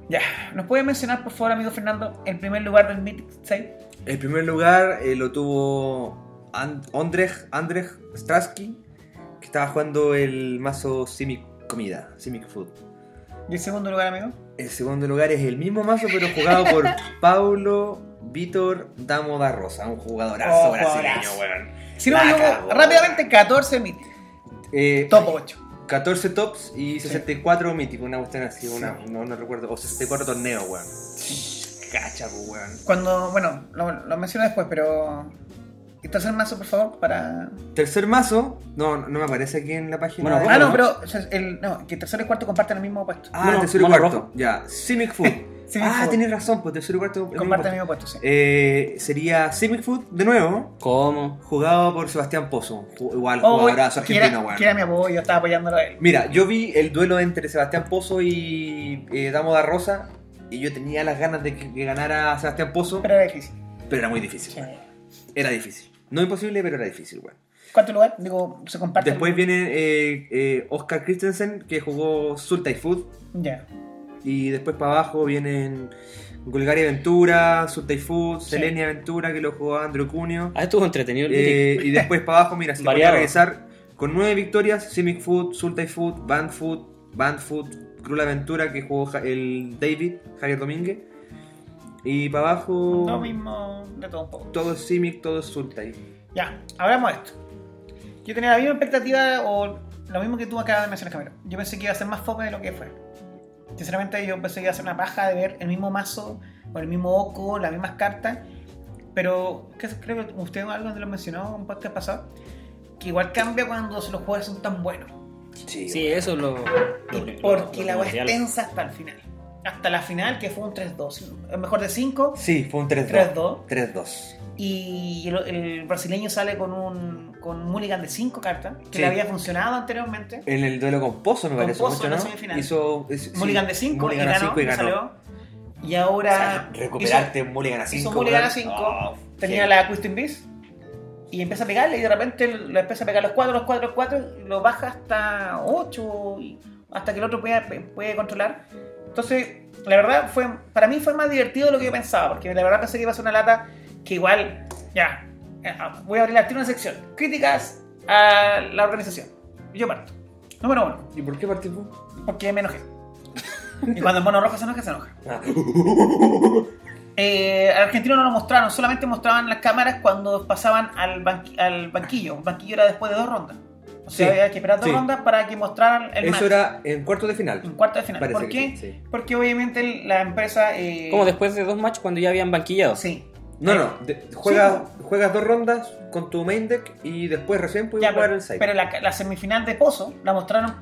Ya, ¿nos puede mencionar, por favor, amigo Fernando, el primer lugar del Mythic 6? El primer lugar eh, lo tuvo And- Andrej, Andrej Strasky, que estaba jugando el mazo Simic Comida, Simic Food. ¿Y el segundo lugar, amigo? El segundo lugar es el mismo mazo, pero jugado <laughs> por Paulo Vítor Damo da Rosa, un jugadorazo Oh, brasileño, jugadorazo. weón. Si no, La yo cagó. rápidamente 14 Mythic, Eh, top 8. 14 tops y 64 míticos, una cuestión así, una, Sí. no, no recuerdo, o 64 torneos, weón. Cacha, po, weón. Cuando, bueno, lo, lo menciono después, pero. ¿Y tercer mazo, por favor, para. Tercer mazo, no, no me aparece aquí en la página. Bueno, de- Ah, bueno, no, pero. o sea, el- no, que tercero y cuarto comparten el mismo puesto. Ah, Bueno, tercero y mono cuarto. rojo. <laughs> Ya. Simic Food. Simic ah, Food. tenés razón, pues tercer lugar. tengo- Comparte el mismo puesto, sí. Eh, sería Simic Food de nuevo, ¿Cómo? jugado por Sebastián Pozo. ju- Igual, Oh, jugadorazo que era- argentino, weón. que era mi apoyo, estaba apoyándolo a él. Mira, yo vi el duelo entre Sebastián Pozo y eh, Damo da Rosa. Y yo tenía las ganas de que, que ganara Sebastián Pozo, pero, Pero era difícil. era muy difícil. Sí. weón. Era difícil. No imposible, pero era difícil, weón. ¿Cuánto lugar? Digo, se comparte. Después viene eh, eh, Oscar Christensen, que jugó Sulta y Food. Ya. Y después para abajo vienen Golgari Ventura, Sultai Food, Sí. Selenia Ventura, que lo jugó Andrew Cunio. Ah, estuvo entretenido el meeting. Eh, y después para abajo, mira, si voy a Variado. regresar con nueve victorias, Simic Food, Sultai Food, Band Food, Band Food, Crula Ventura, que jugó Ja- el David, Javier Domínguez. Y para abajo, Lo mismo de todo un poco. todo es Simic, todo es Sultai. Ya, hablamos de esto. Yo tenía la misma expectativa o lo mismo que tú acabas de mencionar, Camilo. Yo pensé que iba a ser más foco de lo que fue. Sinceramente, yo pensé que iba a ser una paja de ver el mismo mazo, con el mismo oco, las mismas cartas. Pero que- creo que usted algo lo mencionó en un podcast pasado, que igual cambia cuando los jugadores son tan buenos. Sí, eso es lo. Y lo- lo- porque lo la weá es primordial. tensa hasta el final. Hasta la final, que fue un 3-2, si no- mejor de 5. Sí, fue un 3-2. 3-2. Y el, el brasileño sale con un, con un mulligan de 5 cartas, que Sí. le había funcionado anteriormente. En el duelo con Pozo, me Con parece Pozo mucho, en la ¿no? semifinal. Hizo, es- sí, mulligan de 5 y mulligan a ganó. cinco Y, salió. y ahora. O sea, recuperarte un mulligan a hizo 5. un mulligan a cinco. Tenía la Question Beast. Y empieza a pegarle y de repente lo empieza a pegar los 4, los 4, los 4, y lo baja hasta 8, hasta que el otro pueda, puede controlar. Entonces, la verdad, fue para mí fue más divertido de lo que yo pensaba, porque la verdad pensé que iba a ser una lata que igual, ya, eh, voy a abrir al tiro una sección. Críticas a la organización. Yo parto. Número uno, ¿Y por qué participó? porque me enojé. Y cuando el mono rojo se enoja, se enoja. Ah, Eh, al argentino no lo mostraron, solamente mostraban las cámaras cuando pasaban al, banqui- al banquillo. El banquillo era después de dos rondas. O sea, Sí, había que esperar dos sí. rondas para que mostraran el match Eso era en cuartos de en final. cuarto de final. Parece ¿Por que qué? sí, sí. Porque obviamente la empresa. eh, Como después de dos matches cuando ya habían banquillado. Sí. No, no. de- juegas, juegas dos rondas con tu main deck y después recién puedes Ya, jugar pero, el side. pero la, la semifinal de Pozo la mostraron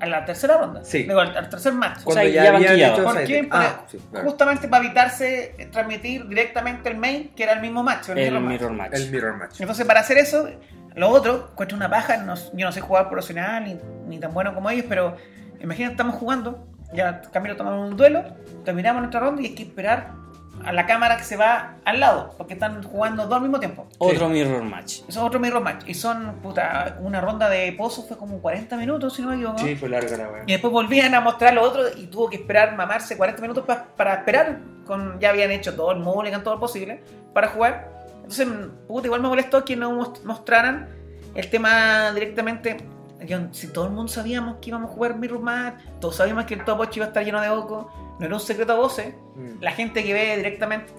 a la tercera ronda. Sí. Digo, al, al tercer match. O sea, ya habían banquillado. hecho el ¿Por side qué? deck. Para- Ah, sí, claro. Justamente para evitarse eh, transmitir directamente el main, que era el mismo match. el El mismo match. mirror match. El mirror match. Entonces, para hacer eso, lo otro, cuesta una paja. no- yo no sé jugar profesional ni, ni tan bueno como ellos, pero imagina, estamos jugando, ya Camilo tomamos un duelo, terminamos nuestra ronda y hay que esperar a la cámara que se va al lado, porque están jugando dos al mismo tiempo. Otro mirror match. Eso es otro mirror match. Y son, puta, una ronda de pozo fue como 40 minutos, si no me equivoco. Sí, fue larga la weá. Y después volvían a mostrar lo otro y tuvo que esperar mamarse 40 minutos pa- para esperar. Con, ya habían hecho todo el mulligan, todo lo posible para jugar. Entonces, mm, puta, igual me molestó que no mos- mostraran el tema directamente. Yo- si todo el mundo sabíamos que íbamos a jugar Mirror Match, todos sabíamos que el top 8 iba a estar lleno de Oco, no era un secreto a voces. Mm. La gente que ve directamente.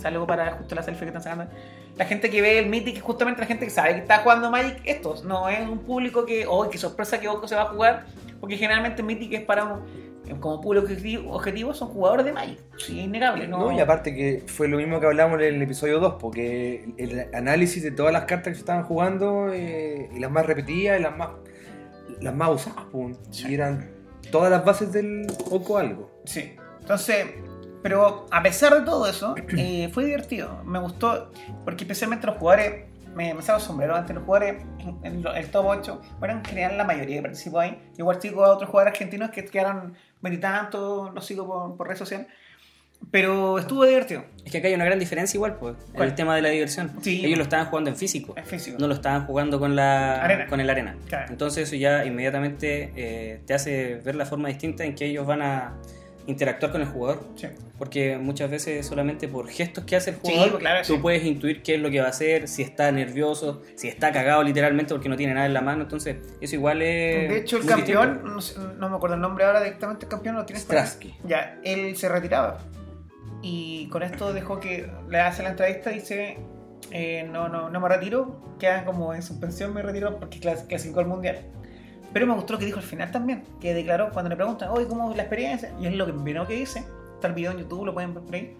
Salgo para justo la selfie que están sacando. La gente que ve el Mythic es justamente la gente que sabe que está jugando Magic. Estos no es un público que. ¡Oh, qué sorpresa que Oco se va a jugar! Porque generalmente Mythic es para. un- como público objeti- objetivo, son jugadores de Magic. Sí, es innegable. No, Eh, No, y aparte que fue lo mismo que hablamos en el episodio 2, porque el análisis de todas las cartas que se estaban jugando, eh, y las más repetidas, y las más, las más usadas, pum, y eran todas las bases del Oco algo. Sí. Entonces, pero a pesar de todo eso, eh, fue divertido. Me gustó, porque especialmente los jugadores, me, me saco el sombrero ante los jugadores, en lo- el top 8, bueno, en general la mayoría que participó ahí. Igual sigo a otros jugadores argentinos que quedaron meditantes, los sigo por, por red social. Pero estuvo divertido, Es que acá hay una gran diferencia igual, pues. en ¿Cuál? El tema de la diversión. Sí. Ellos lo estaban jugando en físico. es físico. No lo estaban jugando con la Arena. con el Eh. arena. Claro. Entonces eso ya inmediatamente eh, te hace ver la forma distinta en que ellos van a interactuar con el jugador. Sí. Porque muchas veces solamente por gestos que hace el Sí, jugador, claro, tú sí. puedes intuir qué es lo que va a hacer, si está nervioso, si está cagado literalmente porque no tiene nada en la mano. Entonces, eso igual es. De hecho, el muy distinto. campeón, no, sé- no me acuerdo el nombre ahora directamente, el campeón lo tienes por ahí. Strasky. Ya, él se retiraba. Y con esto dejó que le hace la entrevista y dice, eh, no, no, no me retiro, queda como en suspensión, me retiro porque clas- clasificó al Mundial. Pero me gustó lo que dijo al final también, que declaró cuando le preguntan, oye, ¿cómo es la experiencia? Y es lo que primero que dice, está el video en YouTube, lo pueden ver por ahí.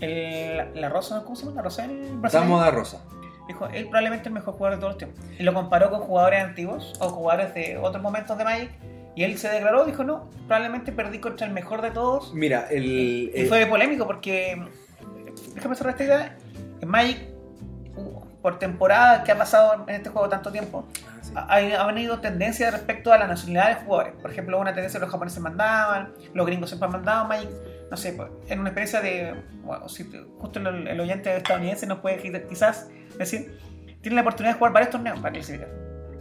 El- la, la Rosa, ¿cómo se llama? La Rosa del brasileño. Damo da Rosa. Dijo, él probablemente es el mejor jugador de todos los tiempos. Y lo comparó con jugadores antiguos o jugadores de otros momentos de Magic Y él se declaró, dijo, no, probablemente perdí contra el mejor de todos. Mira, el. Y eh, fue polémico porque, déjame cerrar esta idea, en Magic, uh, por temporada que ha pasado en este juego tanto tiempo, ah, sí. ha- hay- han habido tendencias respecto a la nacionalidad de los jugadores. Por ejemplo, una tendencia que los japoneses mandaban, los gringos siempre han mandado Magic. No sé, pues, en una experiencia de. bueno, si te- justo el, el oyente estadounidense nos puede qui- quizás decir, tienen la oportunidad de jugar varios torneos para clasificar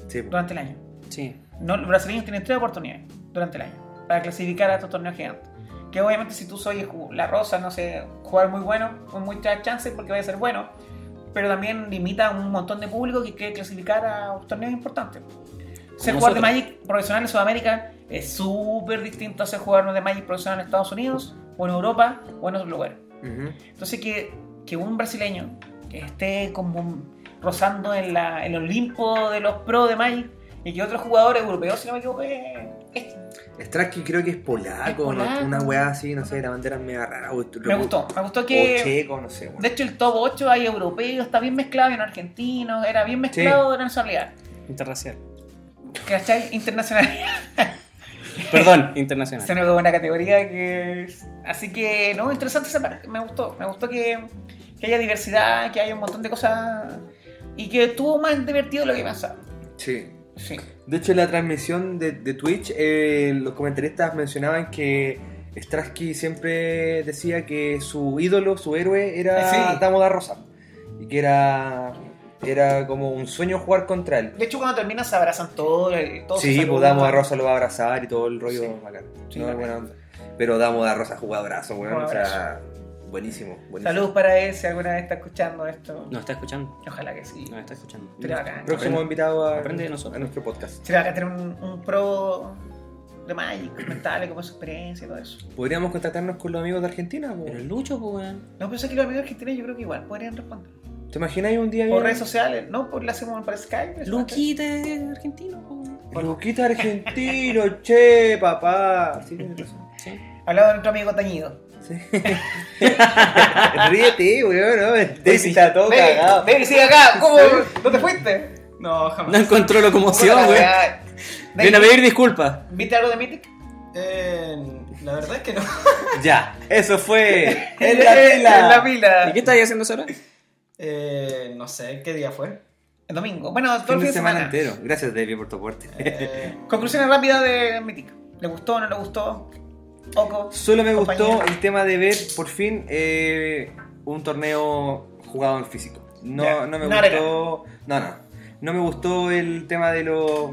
sí, po. durante el año. Sí. No, los brasileños tienen tres oportunidades durante el año para clasificar a estos torneos gigantes. Que obviamente si tú soy ju- la rosa, no sé, jugar muy bueno, con muchas chances porque vaya a ser bueno, pero también limita a un montón de público que quiere clasificar a torneos importantes. Ser Como jugador de nosotros. Magic profesional en Sudamérica es súper distinto a ser jugador de Magic profesional en Estados Unidos o en Europa o en otros lugares. Ujú. Entonces que, que un brasileño que esté como rozando en la, el Olimpo de los pros de Magic y que otro jugador europeo, si no me equivoco, eh, es- es- Stratsky creo que es Es polaco, ¿no? polaco. una weá así, no sé, la bandera es media rara. o- me gustó. Me gustó O que... checo, no sé. weón. De hecho, el top 8 hay europeos, está bien mezclado, en argentino, era bien mezclado de nacionalidad. Interracial. ¿Cachai? Internacional. <laughs> Perdón, Se internacional. me quedó una categoría que... es- Así que, no, interesante esa parte. Me gustó. Me gustó que, que haya diversidad, que haya un montón de cosas... Y que estuvo más divertido de lo que pensaba. Sí. Sí. De hecho, en la transmisión de, de Twitch, eh, los comentaristas mencionaban que Stratsky siempre decía que su ídolo, su héroe, era Sí. Damo da Rosa. Y que era, era como un sueño jugar contra él. De hecho, cuando termina se abrazan todos. eh, todos se sí, pues saludan. Damo da Rosa lo va a abrazar y todo el rollo Sí. bacán. Sí, No, bacán. buena onda. Pero Damo da Rosa jugadorazo, weón. O sea, Jugadorazo. buenísimo. buenísimo. Saludos para él si alguna vez está escuchando esto. Nos está escuchando. Ojalá que sí. Nos está escuchando. Sería bacán. Próximo Aprende. invitado a, Aprende de nosotros. a nuestro podcast. Sería bacán tener un, un pro de Magic, comentarle cómo es su experiencia y todo eso. Podríamos contactarnos con los amigos de Argentina. po. Pero el Lucho, pues, weón. No, pero sé que los amigos argentinos yo creo que igual podrían responder. ¿Te imaginas un día Por bien- redes sociales, no, por lo hacemos por Skype. eso, Luquita es argentino, pues, weón. Luquita argentino, che, papá. Sí, <laughs> tienes razón. Sí. ¿cachai? Hablaba de nuestro amigo Tañido. Sí. Ríete, weón, ¿no? Daisy está todo Baby, cagado. Baby, sigue acá. ¿Cómo? ¿No te fuiste? No, No jamás. encontró locomoción, Puta la weón. weá. Ven a Baby, pedir disculpas. ¿Viste algo de Mythic? Eh, la verdad es que no. Ya, eso fue. En <laughs> la En la tela. pila. ¿Y qué estáis haciendo ahora? Eh, no sé, ¿qué día fue? El domingo. Bueno, todo Fin el de semana entero. Gracias, David, por tu aporte. Eh, Conclusiones rápidas de Mythic. ¿Le gustó o no le gustó? Oco. Solo me gustó Compañero. el tema de ver por fin eh, un torneo jugado en físico. No, Ya, no me una arena. gustó. No, no. No me gustó el tema de los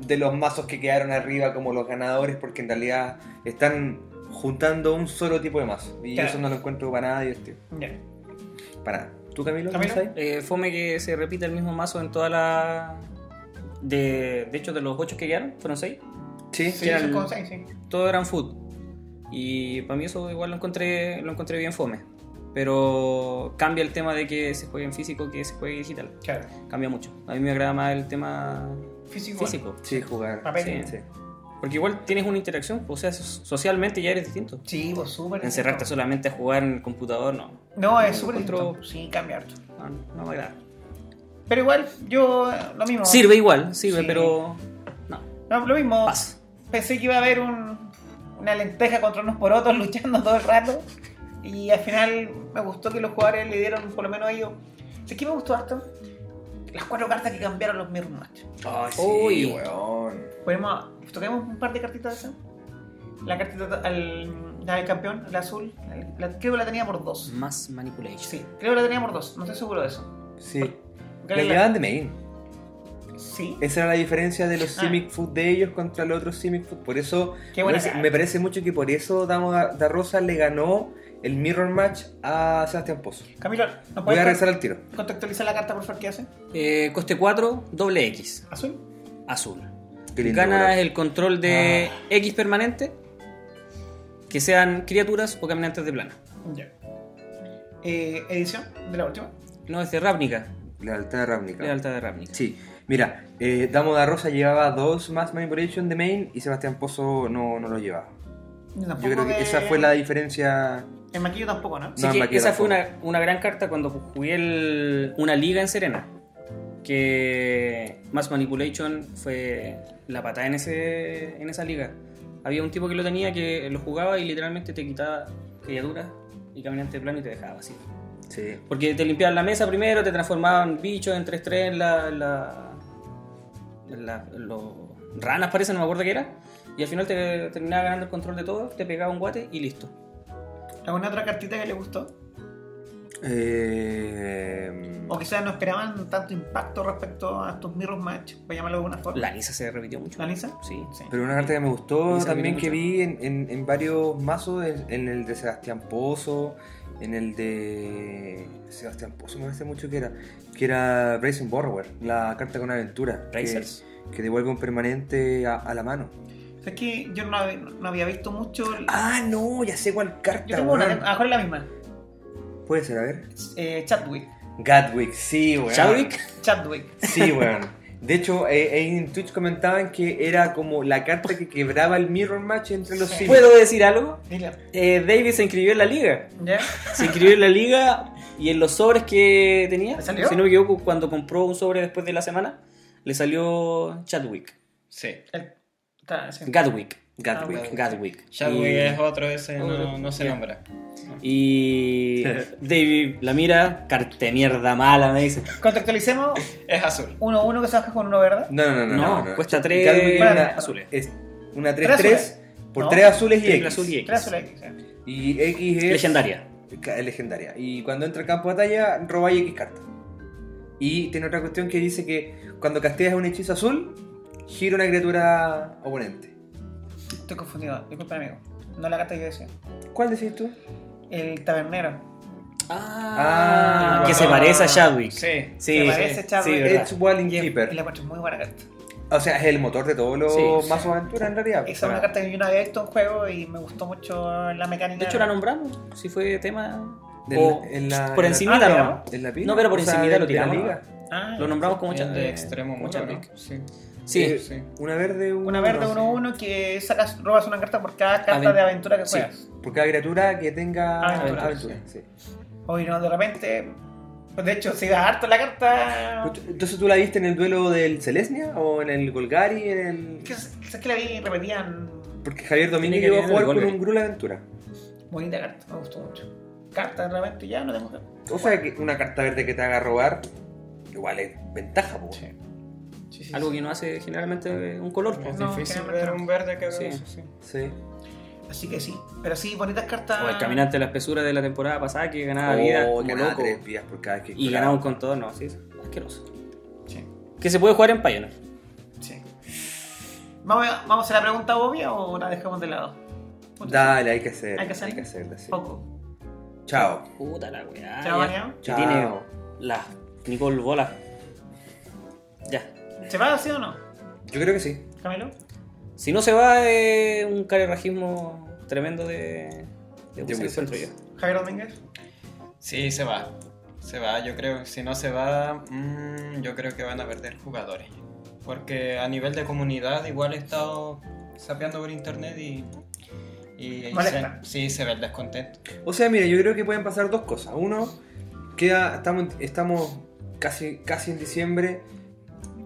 de los mazos que quedaron arriba como los ganadores porque en realidad están juntando un solo tipo de mazo y Claro. eso no lo encuentro para nada divertido. Ya. Para nada. ¿Tú Camilo? Camilo. ¿Estás ahí? Eh, fome que se repita el mismo mazo en toda la. De, de hecho, de los ocho que quedaron, fueron seis. Sí. Sí, eran- eso es como seis, sí. Todo eran food. Y para mí eso igual lo encontré, lo encontré bien fome. Pero cambia el tema de que se juegue en físico que se juegue digital. Claro. Cambia mucho. A mí me agrada más el tema Físico. igual. físico. Sí, jugar. Papel. Sí, sí. Porque igual tienes una interacción, pues, o sea, so- socialmente ya eres distinto. Sí, pues súper. Encerrarte distinto. solamente a jugar en el computador, no. No, es súper Encontró- distinto. Sí, cambia harto. No, no me agrada. Pero igual, yo eh, lo mismo. Sirve igual, sirve, Sí. pero. No, No, lo mismo. pasa. Pensé que iba a haber un- una lenteja contra unos porotos <laughs> luchando todo el rato. Y al final me gustó que los jugadores le dieron, por lo menos ellos. ¿Sabes qué me gustó harto? Las cuatro cartas que cambiaron los Mirror Match. Ay, sí, Uy. weón. Podemos, toquemos un par de cartitas de esas. La cartita al, la del campeón, la azul. la- la- creo que la tenía por dos. Más manipulation. Sí, creo que la tenía por dos. No estoy seguro de eso. Sí. Creo La que llevaban de main. Sí. Esa era la diferencia de los Ah. Simic Food de ellos contra los otros Simic Food. Por eso Qué buena me, parece, cara. me parece mucho que por eso Damo da, Da Rosa le ganó el Mirror Match a Sebastián Pozo. Camilo, ¿nos Voy a puedes regresar al tiro. contextualizar la carta, por favor, qué hace? Eh, coste 4, doble X, ¿Azul? azul. Qué lindo, Ganas weón. el control de X permanente, que sean criaturas o caminantes de plana. Ya. Eh, edición de la última. No, es de Ravnica, Lealtad de Ravnica. lealtad de Ravnica. Sí, mira, eh, Damo da Rosa llevaba dos más Manipulation de main y Sebastián Pozo no, no lo llevaba. Yo creo que esa fue la diferencia. El maquillo tampoco, ¿no? Así No, que me queda esa fue poco. una, una gran carta cuando jugué el- una liga en Serena. que Mass Manipulation fue la patada en, ese, en esa liga. Había un tipo que lo tenía que lo jugaba y literalmente te quitaba criaturas y caminante de plano y te dejaba así. Sí. Porque te limpiaban la mesa primero, te transformaban bichos en 3-3 en la. la, en la- lo- ranas parece, no me acuerdo qué era. Y al final te terminaba ganando el control de todo, te pegaba un guate y listo. ¿Alguna otra cartita que le gustó? Eh, O quizás no esperaban tanto impacto respecto a estos Mirror Match, para llamarlo de alguna forma. La Nisa se repitió mucho. ¿La Nisa? Sí. Sí. Pero una carta que me gustó Y se también mira que mucho. vi en, en- en varios mazos, en, en el de Sebastián Pozo, en el de. Sebastián Pozo me parece mucho que era. Que era Brazen Borrower, la carta con aventura. que- Brazers. Que, devuelve un permanente a, a la mano. Es que yo no, hab- no había visto mucho. el- Ah, no, ya sé cuál carta. yo tengo una, weón. a lo mejor es la misma. Puede ser, a ver. Eh, Chadwick. Gatwick, sí, weón. Chadwick. Chadwick. Sí, weón. De hecho, eh, eh, en Twitch comentaban que era como la carta que quebraba el mirror match entre los Sí. cinco. ¿Puedo decir algo? Dile. Eh, David se inscribió en la liga. ¿Ya? Se inscribió en la liga y en los sobres que tenía, ¿Le salió? si no me equivoco, cuando compró un sobre después de la semana, le salió Chadwick. Sí. El- está, sí. Gadwick. Gatwick. Ah, Gadwick. Shadwick Y- es otro, ese no, no se Ya. nombra. Y David la mira, carte mierda mala, me dice. Contextualicemos Es azul. 1-1 que se baja con uno verde. No, no, no, no. No, no, no. cuesta tres Gatwick era una- azules. Es una Tres 3-3 por No. 3 azules y Triple X. azul y X. Tres azules. sí. Y X es Legendaria. ca- legendaria. Y cuando entra al campo de batalla, roba X carta. Y tiene otra cuestión que dice que cuando casteas un hechizo azul, gira una criatura oponente. Estoy confundido. Disculpa, amigo. No la carta que yo decía. ¿Cuál decís tú? El tabernero. Ah, que se Ah, parece a Chadwick. Sí. Sí, Se parece a sí, Chadwick. sí, verdad. Edge Ah, Walling Y es- y Keeper. la encuentro muy buena carta. O sea, es el motor de todos los Sí, sí. mazos de aventura en realidad. Esa es una carta que yo no había visto en juego y me gustó mucho la mecánica. De hecho, la nombramos. Si fue tema. Del- o en la- por en la- encima Ah, nomás. ¿En la pila? No, pero por O sea, encimita de- lo de la tiramos. liga. Ah, Lo nombramos como, Es Chadwick de extremo como muro, ¿no? Chadwick. Sí. Sí. Eh, Sí. Una verde, uno, Una verde sí. 1-1 que sacas, robas una carta por cada carta Aven- de aventura que sí. juegas. Por cada criatura que tenga Ah, Aventura. aventura. Hoy no, de repente. pues, de hecho, si da harto la carta. sí. Entonces, ¿tú la viste en el duelo del Celestia o en el Golgari? En el... que- Quizás que la vi y repetían. Porque Javier Tiene Domínguez que llegó a ver en el jugar con Golgari. un Grul Aventura. Bonita carta, me gustó mucho. Carta de repente ya no tengo carta. O sea, que una carta verde que te haga robar, igual es ventaja, po. Sí. Sí, sí, Algo sí. que no hace generalmente un color. po. Es No, difícil generalmente ver no. un verde que haga Sí. eso, sí. Sí. Así que sí. Pero sí, bonitas cartas. O el caminante de la espesura de la temporada pasada que ganaba O Ah, vida como ganaba loco. tres vidas por cada vez que Y ganaba un contador, no, sí, es asqueroso. Sí, Que se puede jugar en Pioneer. sí. ¿Vamos a, ¿Vamos a la pregunta obvia o la dejamos de lado? Dale, hay que hacerla. Hay que hacerla. hacerla, sí. Poco. Chao. Puta la weá. Chao, ya. Baneado. Que Chao. tiene la Nicole Bola. Ya. ¿Se va así o no, Yo creo que sí. Camilo? Si no se va, es un carerrajismo tremendo de. de De Wizards, Wizards. encuentro yo. Javier Domínguez. Sí, se va. Se va, yo creo. Si no se va, mm, yo creo que van a perder jugadores. Porque a nivel de comunidad igual he estado sapeando por internet y... y- y Molesta. se- sí, se ve el descontento. O sea, mira, yo creo que pueden pasar dos cosas. Uno, queda, estamos, estamos casi, casi en diciembre.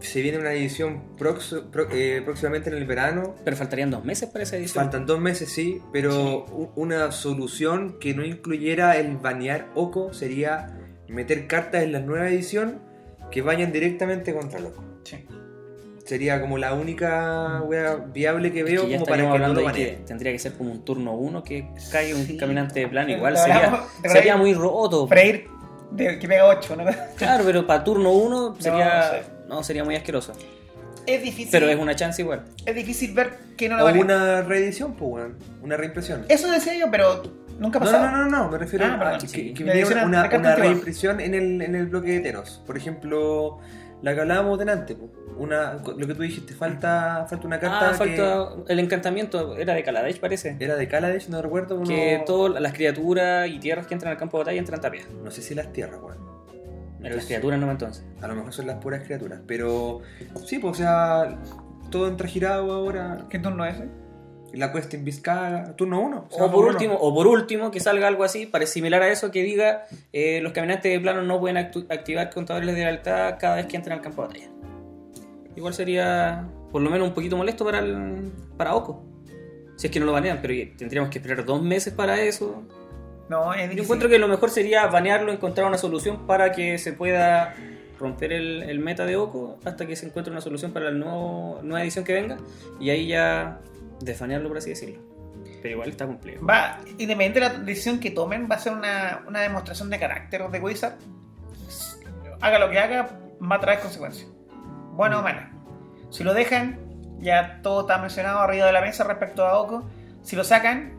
Se viene una edición proxo- pro- eh, próximamente en el verano. Pero faltarían dos meses para esa edición. Faltan dos meses, sí, pero u- una solución que no incluyera el banear Oco sería meter cartas en la nueva edición que vayan directamente contra Loco. Sí. Sería como la única wea viable que Que veo ya como estaríamos para que no hablando lo de que baneen. tendría que ser como un turno uno que caiga un Sí. caminante de plano. Pero Igual te sería, hablamos de sería Freire. muy roto. Freir, de- que pega 8, ¿no? <laughs> Claro, pero para turno uno sería. sí. No, sería muy asqueroso. Es difícil. Pero es una chance igual. es difícil ver que no la O Ah, vale. una reedición, pues, weón. Una reimpresión. Eso decía yo, pero nunca ha No, pasado. no, no, no, me refiero Ah, a perdón, que, sí. que La viniera edición una, de cartas una que va. reimpresión en el, en el bloque de Teros. Por ejemplo, la que hablábamos delante, po. una, lo que tú dijiste, falta, falta una carta Ah, falta. El encantamiento era de Kaladesh, parece. que era de Kaladesh, no recuerdo. uno- Que todas las criaturas y tierras que entran al campo de batalla entran tapia. No sé si las tierras, weón. Pero las criaturas no entonces. A lo mejor son las puras criaturas, pero sí, pues, o sea, todo entra girado ahora. ¿Qué turno es eh. ese? La quest en Vizcaga, turno uno. se O va por uno. último, o por último, que salga algo así, para similar a eso, que diga eh, los caminantes de plano no pueden actu- activar contadores de lealtad cada vez que entren al campo de batalla. Igual sería por lo menos un poquito molesto para el, para Oco. Si es que no lo banean, pero oye, tendríamos que esperar dos meses para eso. No, es Yo difícil. encuentro que lo mejor sería banearlo, encontrar una solución para que se pueda romper el, el meta de Oco hasta que se encuentre una solución para la nuevo- nueva edición que venga y ahí ya desbanearlo, por así decirlo. Pero igual está complejo. Va, independiente de la decisión que tomen, va a ser una, una demostración de carácter de Wizard. Haga lo que haga, va a traer consecuencias. Buena Mm. o mala. Si lo dejan, ya todo está mencionado arriba de la mesa respecto a Oco. Si lo sacan,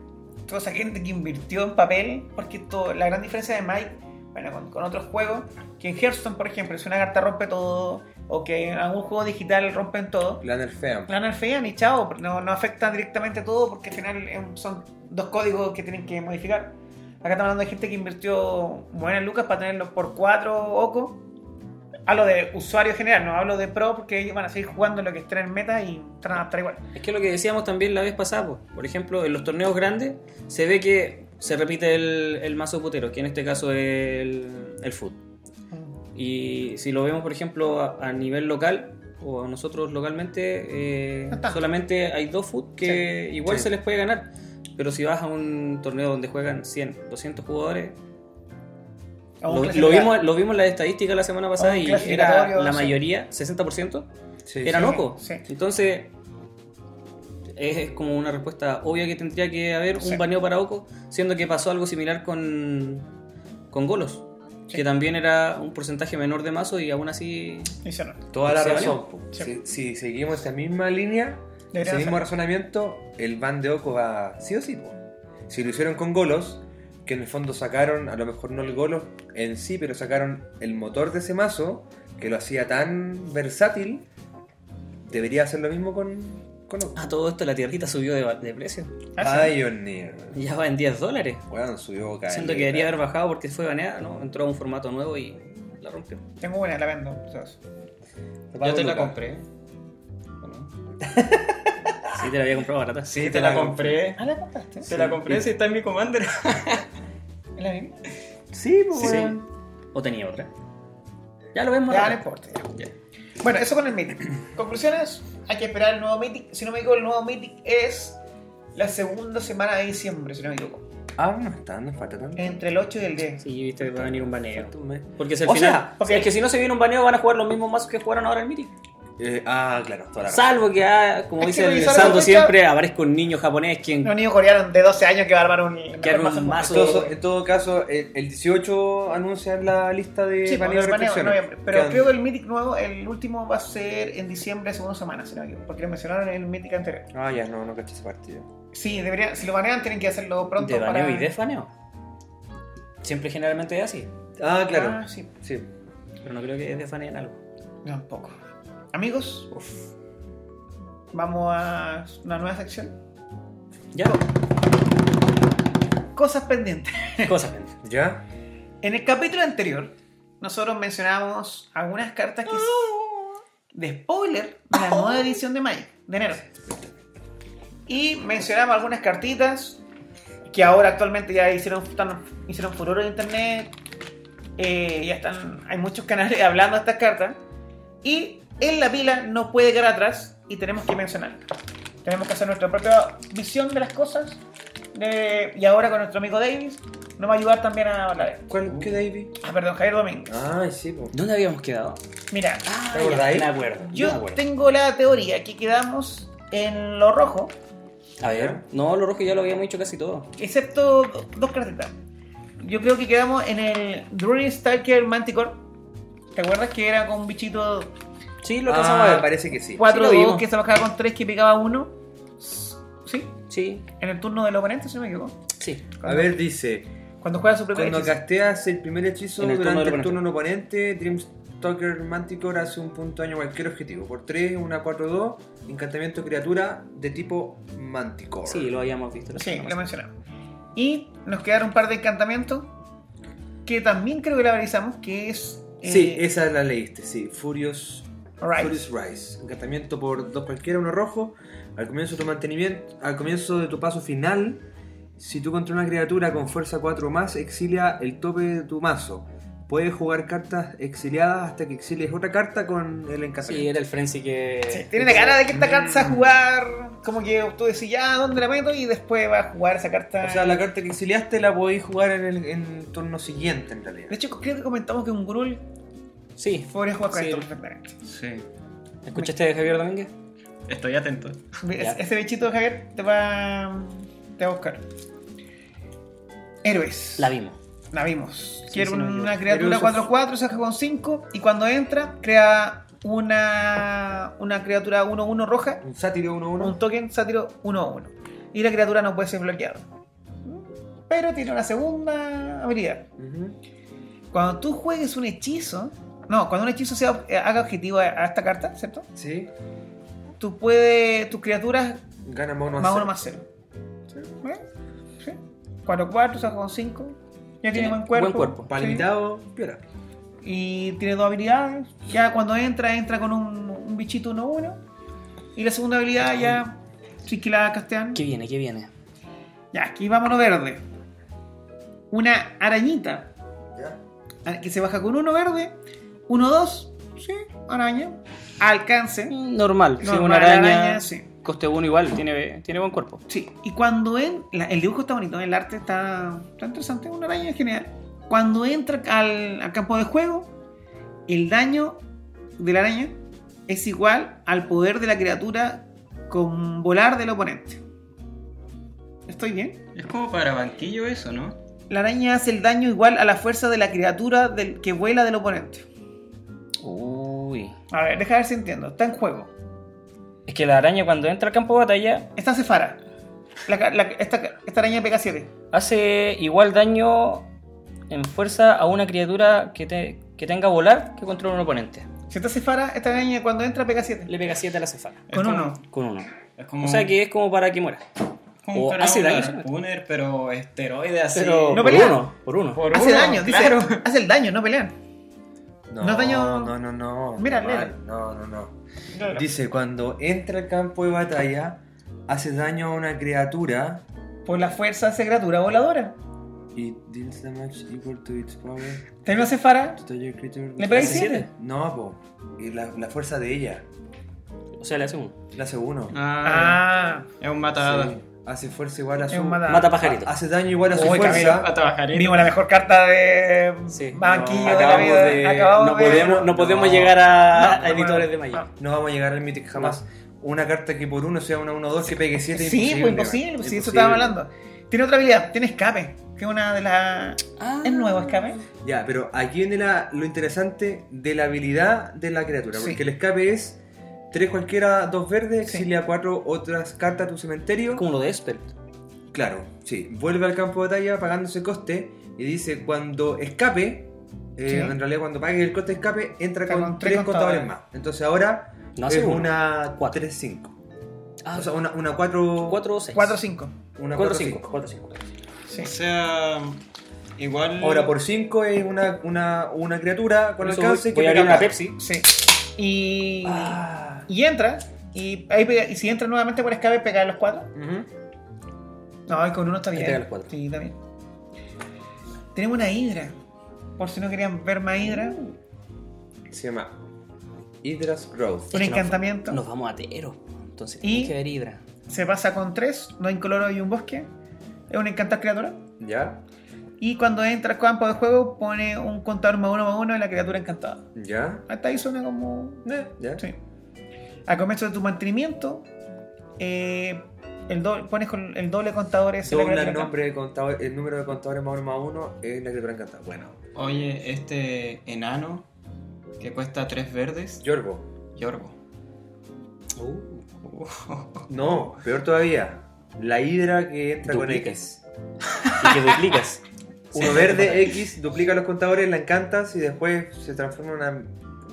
toda esa gente que invirtió en papel, porque esto- la gran diferencia de Mike, bueno, con, con otros juegos, que en Hearthstone, por ejemplo, si una carta rompe todo, o que en algún juego digital rompen todo, La nerfean. la nerfea ni chao, no, no afecta directamente todo porque al final eh, son dos códigos que tienen que modificar. Acá estamos hablando de gente que invirtió buenas lucas para tenerlo por cuatro OCO. Hablo de usuario general, no hablo de pro porque ellos van a seguir jugando lo que estén en meta y te van a adaptar igual. Es que lo que decíamos también la vez pasada, po. por ejemplo, en los torneos grandes se ve que se repite el, el mazo putero, que en este caso es el, el foot. Y si lo vemos, por ejemplo, a, a nivel local o a nosotros localmente, eh, No tanto. solamente hay dos foot que igual Sí. se les puede ganar. Pero si vas a un torneo donde juegan 100, 200 jugadores, O un lo, lo clasificador. vimos, lo vimos en las estadísticas la semana pasada y era clasificatorio, la sí. mayoría, 60%, Sí, era sí, loco. sí. Entonces, es, es como una respuesta obvia que tendría que haber Sí. un baneo para Oco, siendo que pasó algo similar con, con Golos, Sí. que también era un porcentaje menor de mazo y aún así. Hicieron. Toda la ¿Se razón. po. Sí. Si, si seguimos esa misma línea, Debería ese mismo ser. razonamiento, el ban de Oco va sí o sí. po. Si lo hicieron con Golos, que en el fondo sacaron, a lo mejor no el Golos en sí, pero sacaron el motor de ese mazo, que lo hacía tan versátil, debería hacer lo mismo con, con Oco. A todo esto la tierrita subió de, va- de precio. Ah, sí. Ay, Dios mío. Ya va en 10 dólares. Weón, subió caleta. Siento que debería haber bajado porque fue baneada, ¿no? Entró a un formato nuevo y la rompió. Tengo una, la vendo. entonces. Yo te la Lucas. compré. Sí, te la había comprado barata. Sí, te la compré. Ah, la compraste. Te la compré si está en mi commander. ¿Es la misma? Sí, pues, Sí. weón. O tenía otra. Ya lo vemos. Ya, no ahora. importa. ya. Ya. Bueno, eso con el Mythic. <clears throat> Conclusiones, hay que esperar el nuevo Mythic. Si no me equivoco, el nuevo Mythic es la segunda semana de diciembre, si no me equivoco. Ah, no está, no falta tanto. Entre el 8 y el 10. Sí, viste, va a venir un baneo. Falta un mes. Porque si al O final. sea, porque- Es que si no se viene un baneo, van a jugar los mismos mazos que jugaron ahora en Mythic. Eh, ah, claro, toda la razón. Salvo que, ah, como Es que dice el revisar la Sando fecha- siempre, aparezca un niño japonés quien. Un niño coreano de 12 años que va a armar un, Que arma un mazo. En todo- en todo caso, el, el 18 anuncian la lista de Sí, pues, baneos baneos, baneos, y en restricciones. noviembre. Pero Quedan- creo que el Mythic nuevo, el último va a ser en diciembre, segunda semana, si no me equivoco. Porque lo mencionaron en el Mythic anterior. Ah, ya, no, no caché ese partido. Sí, deberían, si lo banean, tienen que hacerlo pronto. De baneo para... y desbaneo. Siempre generalmente es así. Ah, claro. Ah, sí, Sí. Pero no creo que desbaneen algo. tampoco. Amigos, vamos a una nueva sección. Ya. Cosas pendientes. Cosas. ¿Ya? En el capítulo anterior, nosotros mencionamos algunas cartas que de spoiler de la nueva edición de mayo, de enero. Y mencionamos algunas cartitas que ahora actualmente ya hicieron, están- hicieron furor en internet. Eh, ya están, hay muchos canales <laughs> hablando de estas cartas. Y en la pila no puede quedar atrás y tenemos que mencionarla. Tenemos que hacer nuestra propia visión de las cosas. de- y ahora con nuestro amigo Davis nos va a ayudar también a hablar de esto. ¿Cuál? ¿Qué, David? Ah, perdón, Javier Domínguez. Ay, Uh. sí, pues. ¿Dónde habíamos quedado? Mira, Ah, ¿Te ya, Ah, acordáis? Me acuerdo. yo me acuerdo. tengo la teoría que quedamos en lo rojo, A ver, no, lo rojo ya lo habíamos hecho casi todo. excepto do- dos cartitas. Yo creo que quedamos en el Druid Stalker Manticore. ¿Te acuerdas que era con un bichito Sí, lo alcanzamos Ah, a ver. parece que sí. 4 lo vimos. que se bajaba con 3 que pegaba 1? Sí, Sí, en el turno del oponente, si no me equivoco. sí. A ver, dice. Cuando juega su primer Cuando hechizo. casteas el primer hechizo En el turno durante del el turno de un oponente, Dreamstalker Manticore hace un punto de daño a cualquier objetivo. Por 3, una 4-2, encantamiento criatura de tipo Manticore. Sí, lo habíamos visto. la Sí, semana lo mencionamos. Y nos quedaron un par de encantamientos que también creo que la analizamos, que es... eh, Sí, esa la leíste, sí. Furious Right. Furious Rise. Encantamiento por dos cualquiera, uno rojo. Al comienzo de tu mantenimiento, al comienzo de tu paso final, si tú controlas una criatura con fuerza 4 o más, exilia el tope de tu mazo. Puedes jugar cartas exiliadas hasta que exilies otra carta con el Sí, encantamiento. era el Frenzy que. Tiene la cara de que esta carta se va a jugar. Como que tú decís, ya, ¿dónde la meto? Y después va a jugar esa carta. O sea, la carta que exiliaste la podéis jugar en el, en el turno siguiente, en De realidad. hecho, creo que comentamos que un Grul Sí. podría jugar con Sí. esto perfectamente. Sí. ¿Escuchaste de Javier Domínguez? Estoy atento. Es- Ese bichito, Javier, te va, te va a buscar. Héroes. La vimos. La vimos. Sí, Quiere sí, una, no, yo- criatura Pero eso- 4-4, saca con 5 y cuando entra crea una, una criatura 1-1 roja, Un sátiro 1-1. un token sátiro 1-1. Y la criatura no puede ser bloqueada. Pero tiene una segunda habilidad. Ujú. Cuando tú juegues un hechizo, no, cuando un hechizo sea, eh, haga objetivo a, a esta carta, ¿cierto? Sí. Tú puedes, tus criaturas Gana más uno más cero. 1 más 0. 4-4, saca con 5. Ya tiene Tiene buen cuerpo. buen cuerpo. Para Sí. limitado, piola. y tiene dos habilidades. Ya cuando entra, entra con un, un bichito 1-1. Y la segunda habilidad ya, si es que la castean. ¿Qué viene? ¿Qué viene? Ya, aquí vámonos verde. Una arañita Ya. a- que se baja con uno verde, uno dos, sí, araña, alcance. Normal. Sí, Normal, una araña. araña, sí. Coste uno igual, tiene, tiene buen cuerpo. Sí, y cuando en, la- el dibujo está bonito, el arte está, está interesante, una araña es genial. Cuando entra al, al campo de juego, el daño de la araña es igual al poder de la criatura con volar del oponente. ¿Estoy bien? Es como para banquillo eso, ¿no? La araña hace el daño igual a la fuerza de la criatura del, que vuela del oponente. Uy. A ver, deja ver si entiendo. Está en juego. Es que la araña cuando entra al campo de batalla Está Cefara. La ca- la- esta, esta araña pega 7. hace igual daño en fuerza a una criatura que, te- que tenga volar que contra un oponente. Si está Cefara, esta araña cuando entra pega 7. Le pega 7 a la cefala. Mm. Con como- uno. Con uno. Es como, O sea que es como para que muera. como o para hace un daño, harpooner, pero esteroide así. Pero No por pelea. uno. Por uno. Por Hace uno, daño, dice. claro. Hace el daño, no pelean. No, No daño- No, no, no. Mira, Mal. léela. No, no, no. Dice, cuando entra al campo de batalla, hace daño a una criatura Por la fuerza hace criatura voladora. y deals damage equal to its power Tenemos a Cefara. to target creature with- ¿Le pegáis ¿Hace 7? siete? No, po. Y la, la fuerza de ella. O sea, le hace uno. La hace uno. Ah, Ah, es un matador. Sí. Hace fuerza igual a Es su... un mata- Mata pajarito. Hace daño igual a su Uy, fuerza. A trabajar. vimos la mejor carta de Sí. banquillo de la Acabamos vida. de- Acabamos no de- podemos, no podemos No. llegar a, No, a no editores podemos. Ah. de Magic. No. No vamos a llegar al Mythic jamás. Una carta que por uno sea una 1-2 que pegue 7 Sí, pues imposible, pues, sí, eso estábamos hablando. Tiene otra habilidad, tiene escape, que es una de las... Ah. ¿Es nuevo escape? Ya, pero aquí viene la- lo interesante de la habilidad de la criatura. Sí. Porque el escape es tres cualquiera, dos verdes, Sí. exilia cuatro otras cartas a tu cementerio. Es como lo de Expert. Claro, sí. Vuelve al campo de batalla pagándose el coste y dice cuando escape, eh, Sí. en realidad cuando pague el coste de escape, entra Está con, con tres tres contadores. contadores. más. Entonces ahora No hace es uno. una Cuatro. 3-5. Ah, O sea, una, una 4... 4 o 6. 4 o 5. Una 4 o 4-5. 5. 4 o 5. Sí. O sea, igual. Ahora por 5 es una, una, una criatura con Por eso alcance voy, voy a pega abrir una más. Pepsi. Sí. Y, Ah. y entra, y, ahí pega- y si entra nuevamente por escape, pega los 4. Ujú. No, y con uno está bien. pega los cuatro. Sí, está bien. Tenemos una hidra. Por si no querían ver más Uh, hidra. Se llama Hydra's Growth. Un que nos- encantamiento. Nos vamos a Tero. Entonces, Y- hay que ver Hydra. Se pasa con 3, no incoloro y un bosque. Es una encantar criatura. ¿Ya? Y cuando entra al campo de juego, pone un contador más uno más uno de la criatura encantada. ¿Ya? Hasta ahí suena como. Eh, ¿Ya? Sí. Al comienzo de tu mantenimiento, eh, el doble- pones con el doble contador ese. de la Según el, criatura nombre de contador- el número de contadores más uno más uno es la criatura encantada. Bueno, Oye, este enano que cuesta tres verdes, Yorbo. Yorgo. No, peor todavía. La hidra que entra Duplicas. Y que duplicas. con X. <laughs> Uno verde, X, duplica los contadores, la encantas y después se transforma en una.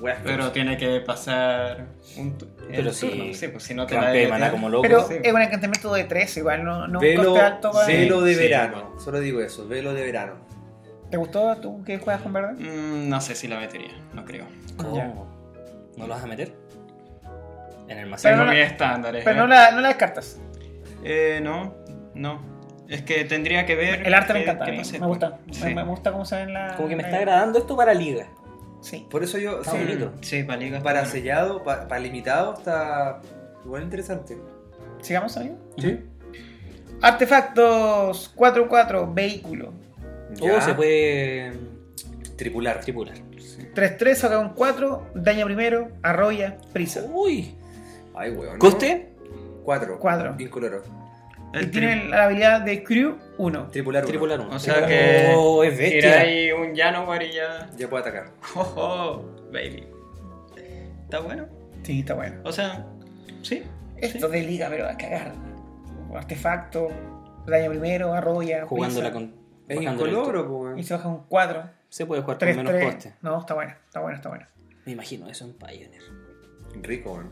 wea Pero asquerosa. tiene que pasar un tu- el Pero sí, turno. Sí, pues si no te la Campe de deletean. maná como loco. Pero Sí. es un encantamiento de 3, igual, no, no un velo, coste alto. para- velo de Sí. verano. Solo digo eso, velo de verano. Eh. ¿Te gustó tú que juegas con verde? Mm, no sé si la metería, no creo. ¿Cómo? Ya. ¿No lo vas a meter? En el Pero maceta. Tengo no la- mis estándares. Pero ¿eh? no la, no la descartas. Eh, no, no. Es que tendría que ver. El arte me qué- encanta, Eh, qué a mí, pasa me gusta. después. Me, Sí. me gusta cómo se ven las. Como que me está agradando esto para liga. Sí. Por eso yo, Está sí, bonito. Mm, Sí, para ligas. para bueno. sellado, pa- para, limitado, está igual interesante. ¿Sigamos, amigo? Sí. Artefactos 4-4, vehículo. Ya. O Oh, se puede mm, tripular. tripular. 3-3, saca un 4, daña primero, arrolla, prisa. Uy. Ay, weón. ¿no? ¿Coste? Cuatro. Cuatro. Incoloro. El y tiene la habilidad de Crew 1. Tripular. uno. Tripular uno. O sea Tripular que- uno. Oh, es bestia. Tiráis un Janowar y ya. <laughs> Ya puede atacar. Ojo, baby. ¿Está bueno? Sí, está bueno. O sea, sí. Esto de liga, pero a cagar. Artefacto, daña primero, arrolla, Jugándola prisa. con. Es bajándola el incoloro, po, Y weón. se baja un 4, tono. Se puede jugar con menos 3-3. coste. No, está bueno, está bueno, está bueno. Me imagino eso en Pioneer. Rico, weón.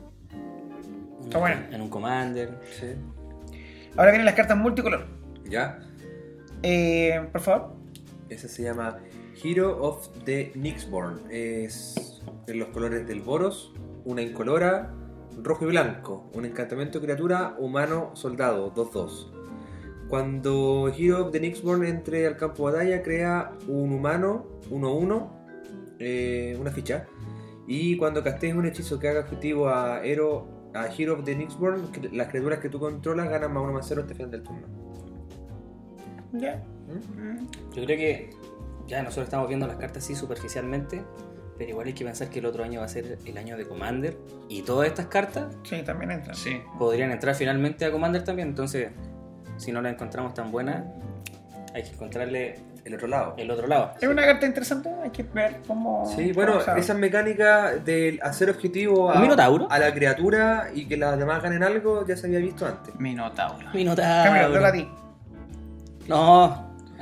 Está bueno. En un Commander. Sí. Ahora vienen las cartas multicolor. Ya. Eh, por favor. Ese se llama Hero of the Nixborn. Es de los colores del Boros, una incolora, rojo y blanco. Un encantamiento de criatura, humano, soldado, 2-2. Cuando Hero of the Nixborn entre al campo de batalla, crea un humano, 1-1, eh, una ficha. Y cuando castees un hechizo que haga objetivo a Hero, a Hero of the Nixborn, cri- las criaturas que tú controlas ganan más 1 más 0 hasta el final del turno. Ya. Yo creo que ya nosotros estamos viendo las cartas así superficialmente, pero igual hay que pensar que el otro año va a ser el año de Commander y todas estas cartas Sí, también entra. Sí. podrían entrar finalmente a Commander también, entonces si no las encontramos tan buenas, hay que encontrarle El otro lado. el otro lado. Es una carta interesante, hay que ver cómo. Sí, cómo bueno, se abre. esa mecánica del hacer objetivo a, ¿Un minotauro? a la criatura y que las demás ganen algo ya se había visto antes. Minotauro. Camila, te toca a Minotauro. ti. No,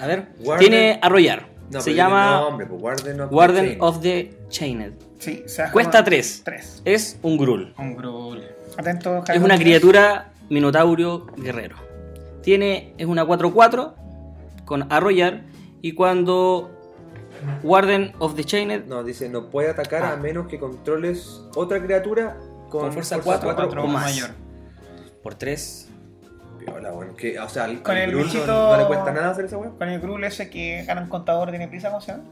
a ver. Warden- Tiene arrollar. No, Se pero llama tiene nombre, pues, Warden of the Warden Chain. of the Chained. Sí, se baja Cuesta con- 3. Tres. Es un grul. Un grul. Atento, Es Jaime. una criatura minotaurio guerrero. Tiene, es una 4-4 con arrollar y cuando Warden of the Chained No, dice, no puede atacar Ah. a menos que controles otra criatura con, Con fuerza cuatro cuatro, Otro o más. mayor. por 3 Piola, bueno, que, o sea, al, Con al el Grul no- bichito- no, le cuesta nada hacer esa weá. Con el Grul ese que gana un contador, tiene prisa, ¿cómo se llama?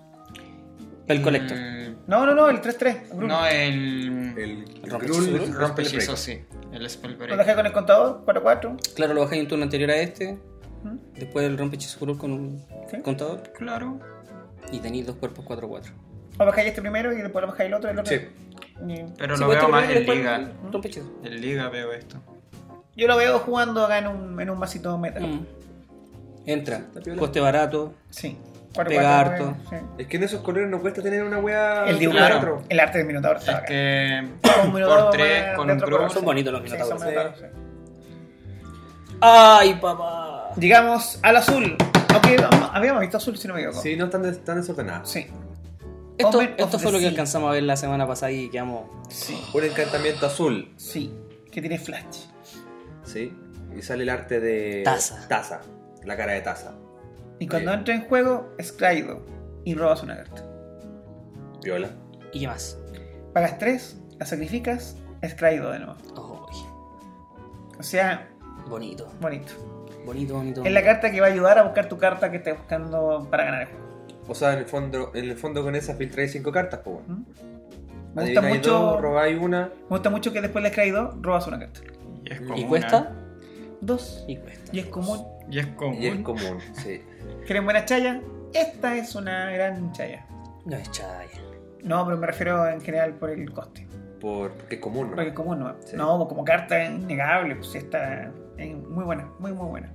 el colector. Mm. No, no, no, el 3-3. Grul. No, el. El, el Rompe Grul hechizos, es rompe Spellbreaker. hechizos, sí. El Lo Spellbreaker. dejé con el contador, 4-4. Claro, lo bajáis un turno anterior a este. ¿Mm? Después el rompe hechizo Grul con un Sí. contador. Claro. Y tenéis dos cuerpos 4-4. O bajáis este primero y después lo bajáis el otro. El otro. Sí. Y- Pero Se lo puede veo más terminar en después liga. el rompe hechizo. En liga veo esto. Yo lo veo jugando acá en un, en un masito meta. Mm. Entra. Está piola. Coste barato. Sí. 4-4. Pega eh, harto. sí. Es que en esos colores no cuesta tener una weá. El dibujo, Claro. otro. el arte del Minotauro está Es bacán. que. Con <coughs> un minotauro Por tres, más con de un otro grul. color. Son bonitos los Sí, minotauros. eh. son minotauros, sí. ¡Ay, papá! Llegamos al azul. Aunque no, habíamos visto azul, si no me equivoco. Sí, no están, des- están desordenadas. Sí. Esto, Omen esto of the fue lo que Sea. alcanzamos a ver la semana pasada y quedamos. Sí. Un encantamiento azul, Sí. Que tiene flash. ¿sí? Y sale el arte de. Taza. Taza. La cara de taza. Y cuando Sí. entra en juego, es Kaido. Y robas una carta. Viola. ¿Y qué más? Pagas 3, la sacrificas, es Kaido de nuevo. Ay, O sea, bonito. bonito. Bonito, bonito. Es la carta que va a ayudar a buscar tu carta que estés buscando para ganar el juego. O sea, en el fondo, en el fondo con esa filtráis cinco cartas, pues bueno. ¿Mm? Me gusta, Adivináis mucho, dos, robáis una. me gusta mucho que después de Kaido robas una carta. Y, es ¿Y común, cuesta? Dos. Y cuesta. Y es común. ¿eh? Y es común. Y es común, sí. ¿Quieren buena chaya? Esta es una gran chaya. No es chaya. No, pero me refiero en general por el coste. Por, porque es común, ¿no? Porque es común, ¿no? Sí. No, como carta es innegable, pues esta es muy buena, muy, muy buena.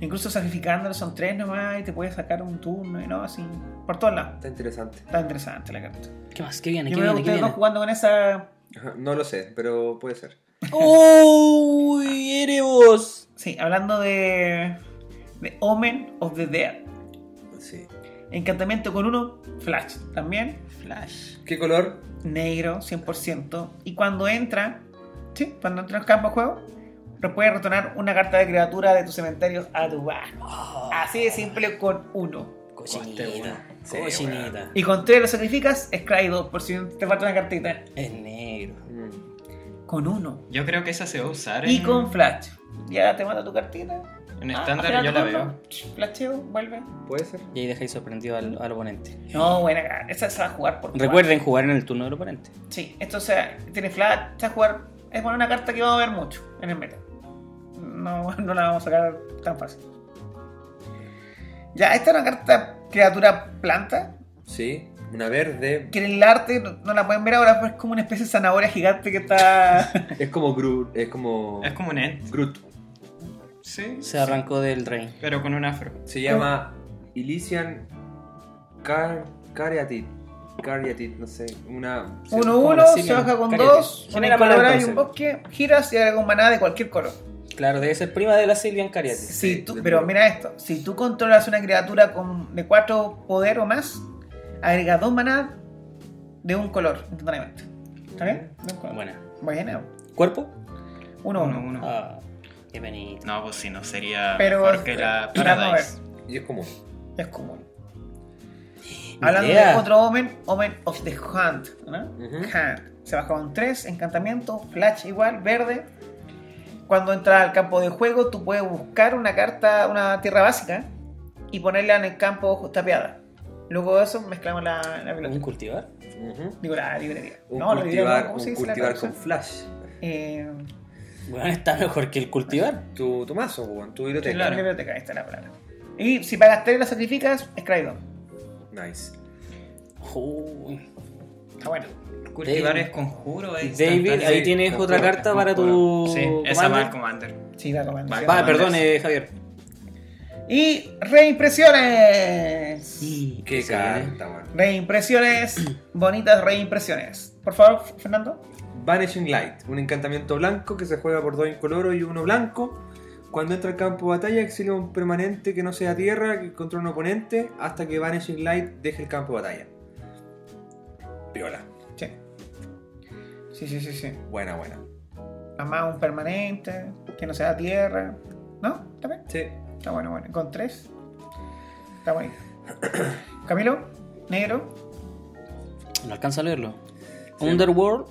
Incluso sacrificándolo son tres nomás y te puedes sacar un turno y no, así. Por todos lados. Está interesante. Está interesante la carta. ¿Qué más? ¿Qué viene? Yo ¿Qué veo que viene? ustedes ¿Qué van viene? jugando con esa. Ajá, No lo sé, pero puede ser. ¡Uy! ¡Eres vos! Sí, hablando de. de Omen of the Dead. Sí. Encantamiento con uno, Flash también. Flash. ¿Qué color? Negro, 100%. Y cuando entra, sí, cuando entra en campo de juego, re- puedes Oh. Ah, retornar una carta de criatura de tu cementerio a tu mano. Así de simple con uno. Ah, Cochinita. Coste uno. Sí, cochinita. Y con tres lo sacrificas, es cry 2, por si te falta una cartita. Es negro. Mm. Con uno. Yo creo que esa se va a usar Y en, con flash. Ya te mata tu cartita. en Ah, estándar, espera, yo la ¿tú veo. compras? Flasheo, vuelve. Puede ser. Y ahí dejáis sorprendido al, al oponente. No, bueno, esa se va a jugar por jugar. Recuerden jugar en el turno del oponente. Sí, esto o sea, tiene flash, se va a jugar. Es bueno, una carta que va a ver mucho en el meta. No, <laughs> no la vamos a sacar tan fácil. Ya, esta es una carta criatura planta. Sí, una verde. Que en el arte no, no la pueden ver ahora, pero es como una especie de zanahoria gigante que está. Es como Groot. Es como. Es como un ent. Groot. Sí. Se arrancó del rey. Pero con un afro. Se llama Elysian Car Cariatid. Cariatid, no sé. Una. sí, 1-1, sí, se baja con cállate. 2, una Genera maná, colorada y entonces. un bosque, giras y agrega un maná de cualquier color. Claro, debe ser prima de la Silvian Cariati. Si Sí, tú- de pero nuevo. mira esto, si tú controlas una criatura con, de 4 poder o más, agrega 2 maná de un color instantáneamente. ¿Está bien? De un color. Buena. Bueno, ¿Cuerpo? 1 1. Uno, uno. Ah, qué bonito. No, pues si no sería Pero- mejor que la pero vamos a Paradise. Y es como. Es común. Hablando idea. de otro Omen, Omen of the Hunt. ¿no? Ujú. Hunt. Se baja con 3, encantamiento, flash igual, verde. Cuando entras al campo de juego, tú puedes buscar una carta, una tierra básica y ponerla en el campo tapeada. Luego de eso mezclamos la, la ¿Un pelota. cultivar? Ujú. Digo, la librería. Un no, la librería, cultivar, no, ¿cómo se un dice la cultivar traducción? con flash. Eh, Bueno, está mejor que el cultivar. Tu, tu mazo, weón, tu biblioteca. Claro. biblioteca, ahí está la palabra. Y si pagas 3 y la sacrificas, es craído. Nice. Uy. Está bueno. Cultivar David. es conjuro. es David, instantáneo. ahí tienes conjuro, otra carta para tu. Sí, esa va commander. al Commander. Sí, va comiendo. Vale. Va, perdón, eh, Javier. Y reimpresiones. Qué Se viene. carta, weón. Reimpresiones, bonitas reimpresiones. Por favor, Fernando. Vanishing Light, un encantamiento blanco que se juega por dos incoloro y uno blanco. Cuando entra al campo de batalla, exilia un permanente que no sea tierra que contra un oponente hasta que Vanishing Light deje el campo de batalla. Piola. Sí. Sí, sí, sí, sí. Buena, buena. Además, un permanente, que no sea tierra. ¿No? ¿Está bien? Sí. Está bueno, bueno. Con tres. Está bonito. <coughs> Camilo, negro. No alcanza a leerlo. Underworld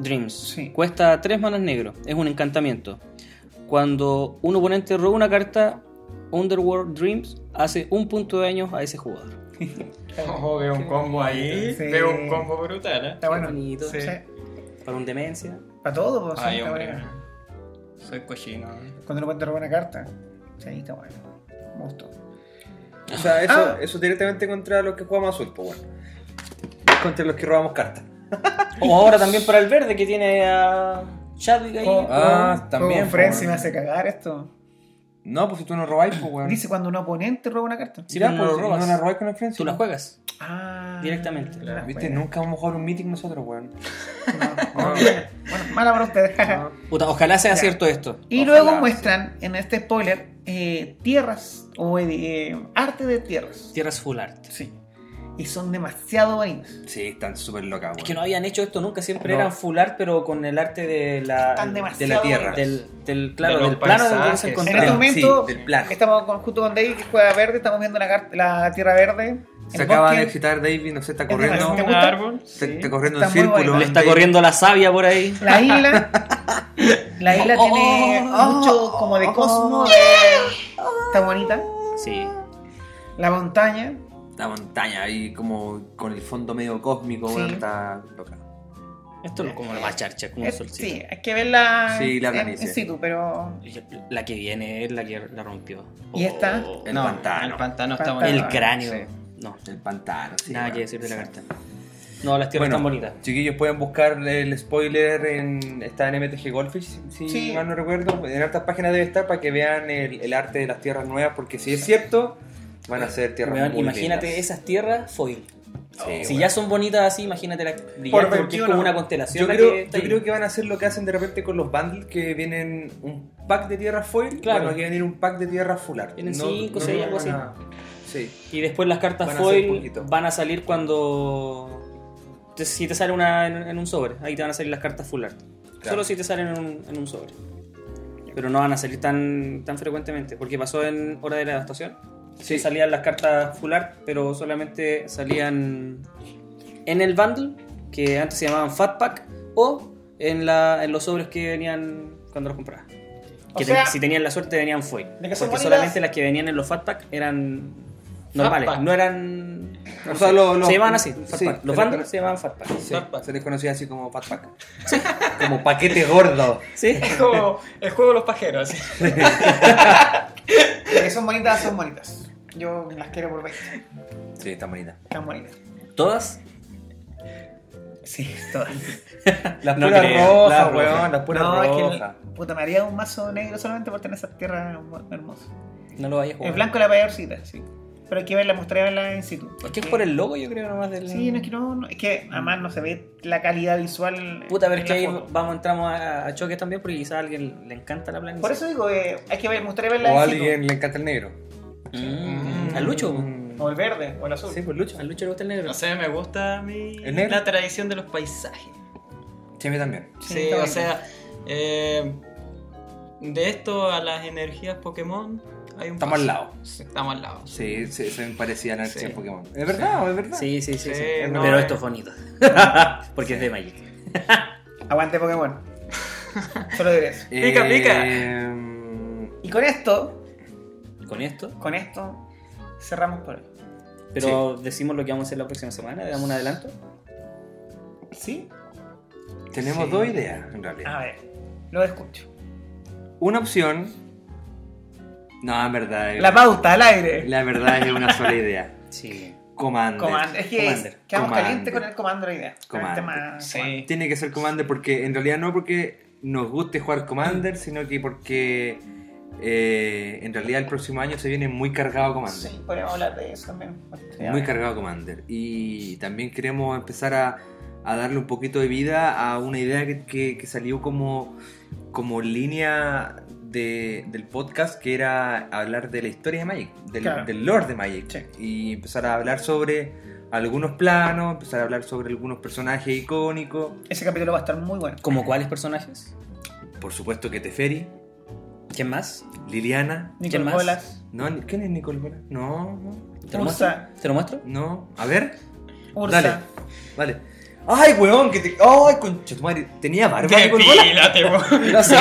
Dreams. Sí. Cuesta 3 manas negro. Es un encantamiento. Cuando un oponente roba una carta, Underworld Dreams hace un punto de daño a ese jugador. Ojo, veo un combo ahí. Sí. Veo un combo brutal, ¿eh? Está bueno. bonito. Sí. Sí. Para un demencia. Para todo, pues, sí, Ay, está hombre. bueno. Soy cochino. ¿eh? Cuando uno puede robar una carta. Sí, está bueno. Me gustó. O sea, eso, Ah. eso directamente contra los que jugamos azul, pues bueno. Contra los que robamos cartas. O ahora también para el verde que tiene a Chadwick ahí. Oh. Ah, También. también. Friends pues, me hace cagar esto. No, pues si tú no robáis, pues weón. Dice cuando un oponente roba una carta. Sí, Ya, pero no pues, lo si robas. no la robáis con el Friends. Tú la juegas. Ah, Directamente. no las Viste, juegas. nunca vamos a jugar un meeting nosotros, <laughs> weón. No, no. Bueno, mala para ustedes. <laughs> No. Puta, ojalá sea cierto esto. Y Ojalá, luego muestran en este spoiler eh, tierras o eh, arte de tierras. Tierras Full Art. Sí. Y son demasiado bonitas. Sí, están súper locas, weón. Es que no habían hecho esto nunca, siempre No. eran full art, pero con el arte de la, Están de demasiado la tierra. bonitas. Del, del, claro, De los del plano donde paisajes. se En En este encontraron. momento eh, sí, del plano. este estamos con- junto con David que juega verde, estamos viendo la, car- la tierra verde. Se el acaba bosque. de excitar David, no sé, está Es ¿Es corriendo. demasiado- ¿Te un gusta? árbol? Está, Sí. está corriendo Está en muy círculo. bueno. Le está David. corriendo la savia por ahí. La isla. la isla Oh, tiene oh, mucho oh, como de oh, cosmos. Está bonita. Sí. La montaña. La montaña ahí como con el fondo medio cósmico, Sí. weón, está loca. Esto es como la más charcha, como un Es- solcito. eh, sí, hay que verla Sí, la en, en planicie. situ, pero La que viene es la que la rompió. Oh, ¿Y esta? El no, pantano. El pantano está Pantano. bonito. El cráneo. Sí. No, El pantano, sí. nada weón. que decir de la carta. No, las tierras Bueno, están bonitas. chiquillos, pueden buscar el spoiler en. Está en MTG Goldfish, si Sí. mal no recuerdo. En hartas páginas debe estar para que vean el, el arte de las tierras nuevas, porque si es cierto, van a ser tierras Weón, muy imagínate lindas. esas tierras foil. Sí, si weón. ya son bonitas así, imagínate las brillantes porque es 21. como una constelación Yo la creo, que está yo ahí. creo que van a hacer lo que hacen de repente con los bundles que vienen un pack de tierra foil. Claro. Bueno, aquí va a venir un pack de tierra fular. Vienen cinco, seis, algo así. Sí. Y después las cartas Van a ser foil poquito. van a salir cuando. te- Si te sale una en, en un sobre, ahí te van a salir las cartas full art. Solo si te salen en un, en un sobre. Pero no van a salir tan, tan frecuentemente, porque pasó en Hora de la Devastación Sí. Salían las cartas full art, pero solamente salían en el bundle, que antes se llamaban Fat Pack, o en, la, en los sobres que venían cuando los comprabas. O Que sea- ten- si tenían la suerte venían foil. De que son bonitas. Porque solamente las que venían en los Fat Pack eran normales, Pack. no eran... no O sea, sé, lo- lo- se llamaban así, Fat sí, Pack. Los pero- bundles se llamaban Fat Pack. Sí, Fatback. se les conocía así como Fatback. Como paquete gordo. Sí. Es como el juego de los pajeros. Las que eh, son bonitas, son bonitas. Yo las quiero por 20. Sí, está bonita. Están bonitas. ¿Todas? Sí, todas. Las No puras creo. rojas, Las rojas. weón, las puras no, es rojas. que puta, me haría un mazo negro solamente por tener esas tierras hermo- hermosas. No lo vayas a El jugar. blanco es la peorcita, sí. Pero hay que verla, mostraré verla en situ. Es que es por el logo, yo creo, nomás del... Sí, no es que no, no, es que además no se ve la calidad visual. Puta, pero en es que la ahí foto. vamos, entramos a, a choques también, porque quizás a alguien le encanta la planicie. Por eso digo, eh, hay que ver, mostraré verla O a en situ. alguien le encanta el negro. Mm, al Lucho. po. O el verde, o el azul. Sí, pues Lucho. Al Lucho le gusta el negro. No sé, me gusta a mí ¿El negro? la tradición de los paisajes. Sí, a mí también. Sí, Sí, está o bien. sea, eh, de esto a las energías Pokémon hay un Ah, Estamos al paso. lado. Sí, Estamos al lado. Sí, se, se me parecía la energía Sí. en Pokémon. Es verdad, es verdad. Sí, sí, sí. sí. Sí, no, pero eh. esto es bonito. <laughs> porque es de Magic. Aguante <laughs> Pokémon. Solo diré eso. Pica, Eh, pica. em, Y con esto, Con esto. con esto, cerramos por hoy. Pero decimos lo que vamos a hacer la próxima semana. Le damos un adelanto. ¿Sí? Tenemos Sí. dos ideas, en realidad. A ver, lo escucho. Una opción. No, en verdad. La pauta al aire. la verdad es una sola idea. Sí. Commander. Commander. Es que Commander. quedamos Commander. calientes con el comando la idea. Con el Commander. tema. Sí. Tiene que ser Commander porque en realidad no porque nos guste jugar Commander, sino que porque eh, en realidad el próximo año se viene muy cargado Commander. Sí, podríamos hablar de eso también. Muy cargado Commander. Y también queremos empezar a, a darle un poquito de vida a una idea que, que- que salió como, como línea de- del podcast, que era hablar de la historia de Magic, del, Claro. del lore de Magic. Sí. Y empezar a hablar sobre algunos planos, empezar a hablar sobre algunos personajes icónicos. Ese capítulo va a estar muy bueno. ¿Como cuáles personajes? Por supuesto que Teferi, ¿Quién más? Liliana. Nicolás ¿Quién más? Bolas, No, ni- ¿Quién es Nicolás? No, no, ¿Te lo muestro? Ursa. ¿Te lo muestro? no. A ver. Ursa. Dale, dale. Ay, weón, que te. Ay, concha tu madre. Tenía barba Nicol Bola. Depílate, po. <laughs> No sé.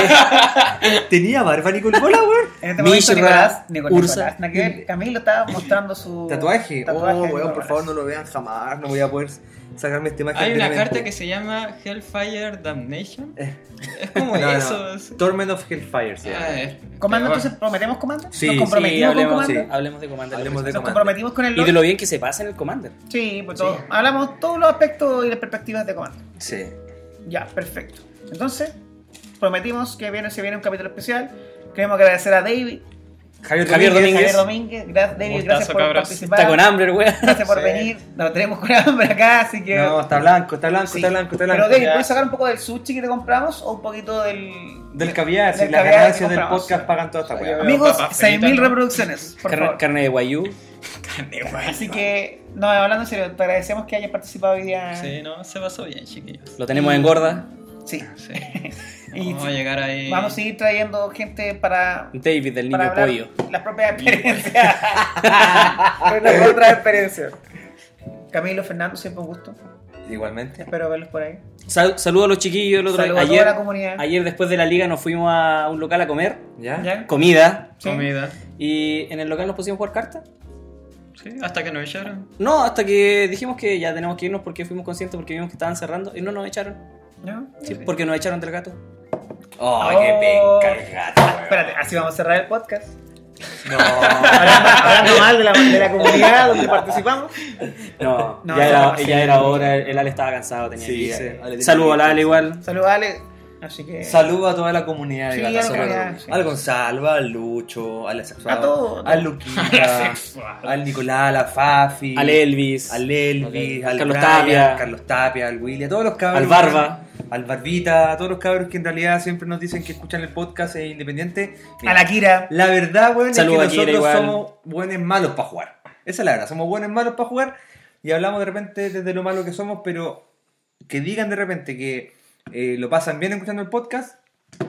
Tenía barba Nicol Bola, weón. En este momento, Mishra, Nicolás, Nicolás, Ursa. Nicolás, nada que ver, Camilo estaba mostrando su Tatuaje. de Oh, weón, por Nicolás. favor, no lo vean jamás. No voy a poder sacarme esta imagen. Hay de una la carta que mente. se llama Hellfire Damnation. Eh. Es como <laughs> No, no. eso. es- Torment of Hellfire, sí. Ah, es- Comando, pero entonces, ¿prometemos comando? Sí, ¿Nos sí, comprometimos Sí, con hablemos, comando? sí, hablemos de Commander. Hablemos de ¿Nos Commander. comprometimos con el Y de lore? lo bien que se pasa en el Commander. Sí, pues todo. Hablamos todos los aspectos y las perspectivas de comando. Sí. Ya, perfecto. Entonces, prometimos que viene, se viene un capítulo especial. Queremos agradecer a David, Javier, Javier Domínguez. Javier Domínguez. Domínguez. Gracias, David, Gustazo, gracias por cabros. participar. Está con hambre, el weón. Gracias por Sí. venir. Nos lo tenemos con hambre acá, así que. No, está blanco, está blanco, Sí. está blanco, está Pero blanco. David, Ya. ¿puedes sacar un poco del sushi que te compramos o un poquito del. Del caviar, si Del las caviar que ganancias del compramos. podcast pagan toda esta weá. Amigos, papas 6.000 fritas, ¿no? reproducciones, por Carne, favor. carne de guayú. Carne, weón. Así que, no, hablando en serio, te agradecemos que hayas participado hoy día. Sí, no, se pasó bien, chiquillos. Lo tenemos en gorda. Sí. Sí. <laughs> Y Vamos a llegar ahí. Vamos a seguir trayendo gente para. David, del para niño hablar pollo. Las propias experiencias. las otras experiencias. Camilo, Fernando, siempre un gusto. <laughs> Igualmente. Espero verlos por ahí. Sal- saludo a los chiquillos. El otro, Saludos a ayer, toda la comunidad. ayer después de la liga nos fuimos a un local a comer ¿Ya? ¿Ya? comida Sí. Comida. y en el local nos pusimos a jugar cartas. Sí, hasta que nos echaron. No, hasta que dijimos que ya tenemos que irnos porque fuimos conscientes porque vimos que estaban cerrando y no nos echaron. ¿No? Sí, porque nos echaron del gato. Oh, Oh. qué penca el gato, weón. Espérate, así vamos a cerrar el podcast. No. Hablando, hablando mal de la, de la comunidad donde participamos. No, No, ya, no, era, sí. ya era hora, el Ale estaba cansado, tenía Sí, que irse. Ale tenía Saludo que a la irse. Ale igual. Saludos, Ale. Así que. Saludo a toda la comunidad de Sí, Gatas, a la comunidad, saludo. sí. Al Gonzalo, al Lucho, al asexual, A todo, al todo. <laughs> Luquita, al Nicolás, a la Fafi, Al Elvis. al Elvis, Ok. al Carlos Brian, Tapia. Carlos Tapia, al Willy, a todos los cabros. Al Barba. Al Barbita, a todos los cabros que en realidad siempre nos dicen que escuchan el podcast e independiente. A la Kira. La verdad, weón, es que Saludo a Kira nosotros igual. somos buenos malos para jugar. Esa es la verdad, somos buenos malos para jugar y hablamos de repente desde lo malo que somos, pero que digan de repente que eh, lo pasan bien escuchando el podcast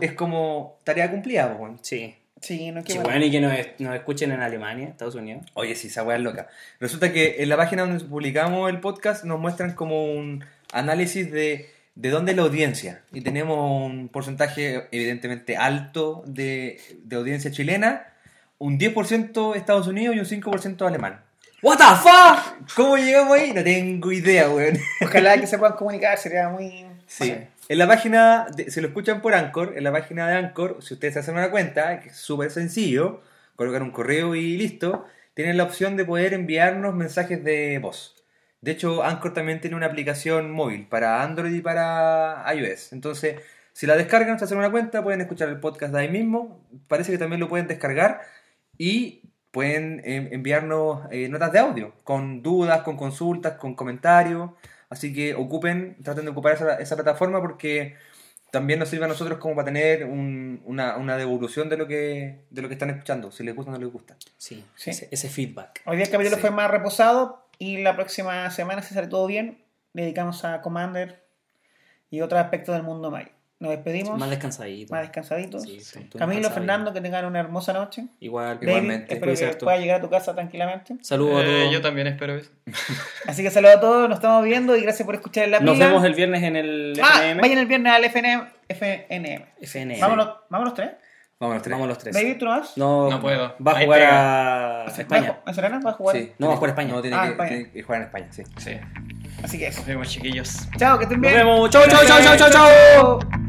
es como tarea cumplida, po, weón. Sí. Sí, no, qué Sí, bueno. bueno, y que nos, nos escuchen en Alemania, Estados Unidos. Oye, sí, esa weá es loca. Resulta que en la página donde publicamos el podcast nos muestran como un análisis de, de dónde es la audiencia. Y tenemos un porcentaje evidentemente alto de, de audiencia chilena, un 10% Estados Unidos y un 5% alemán. ¡What the fuck! ¿Cómo llegamos ahí? No tengo idea, weón. Ojalá que se puedan comunicar, sería muy. Sí. En la página, de- si lo escuchan por Anchor, en la página de Anchor, si ustedes se hacen una cuenta, que es súper sencillo, colocar un correo y listo, tienen la opción de poder enviarnos mensajes de voz. De hecho, Anchor también tiene una aplicación móvil para Android y para iOS. Entonces, si la descargan, se hacen una cuenta, pueden escuchar el podcast de ahí mismo. Parece que también lo pueden descargar y pueden eh, enviarnos eh, notas de audio con dudas, con consultas, con comentarios. Así que ocupen, traten de ocupar esa, esa plataforma porque también nos sirve a nosotros como para tener un- una, una devolución de lo que de lo que están escuchando, si les gusta o no les gusta. Sí, Sí. Ese, ese feedback. Hoy día el capítulo Sí. fue más reposado y la próxima semana, si sale todo bien, le dedicamos a Commander y otros aspectos del mundo May. Nos despedimos, Más más, descansadito. descansaditos. Sí, sí. Camilo, Descansadito. Fernando, que tengan una hermosa noche. Igual. David, Igualmente, espero cuídense que harto. pueda llegar a tu casa tranquilamente. Saludos a Eh, todos. yo también espero eso. Así que saludos a todos, nos estamos viendo y gracias por escuchar el Nos vemos el viernes en el Ah, FNM. vayan el viernes al FNM. FNM. FNM. Vámonos, vámonos tres. Vamos los tres. Vamos los tres. David, ¿tú no vas? No, No puedo. Va a Ahí jugar a ¿Vas a- España. ¿En Serena? ¿Vas a jugar? Sí. No, va a jugar España. No, tiene, Ah, que, España. tiene que jugar en España, sí. Sí. Así que eso. Nos vemos, chiquillos. Chao, que estén Nos bien. vemos. Chau, chau, chau, chau, chau, chau. chau.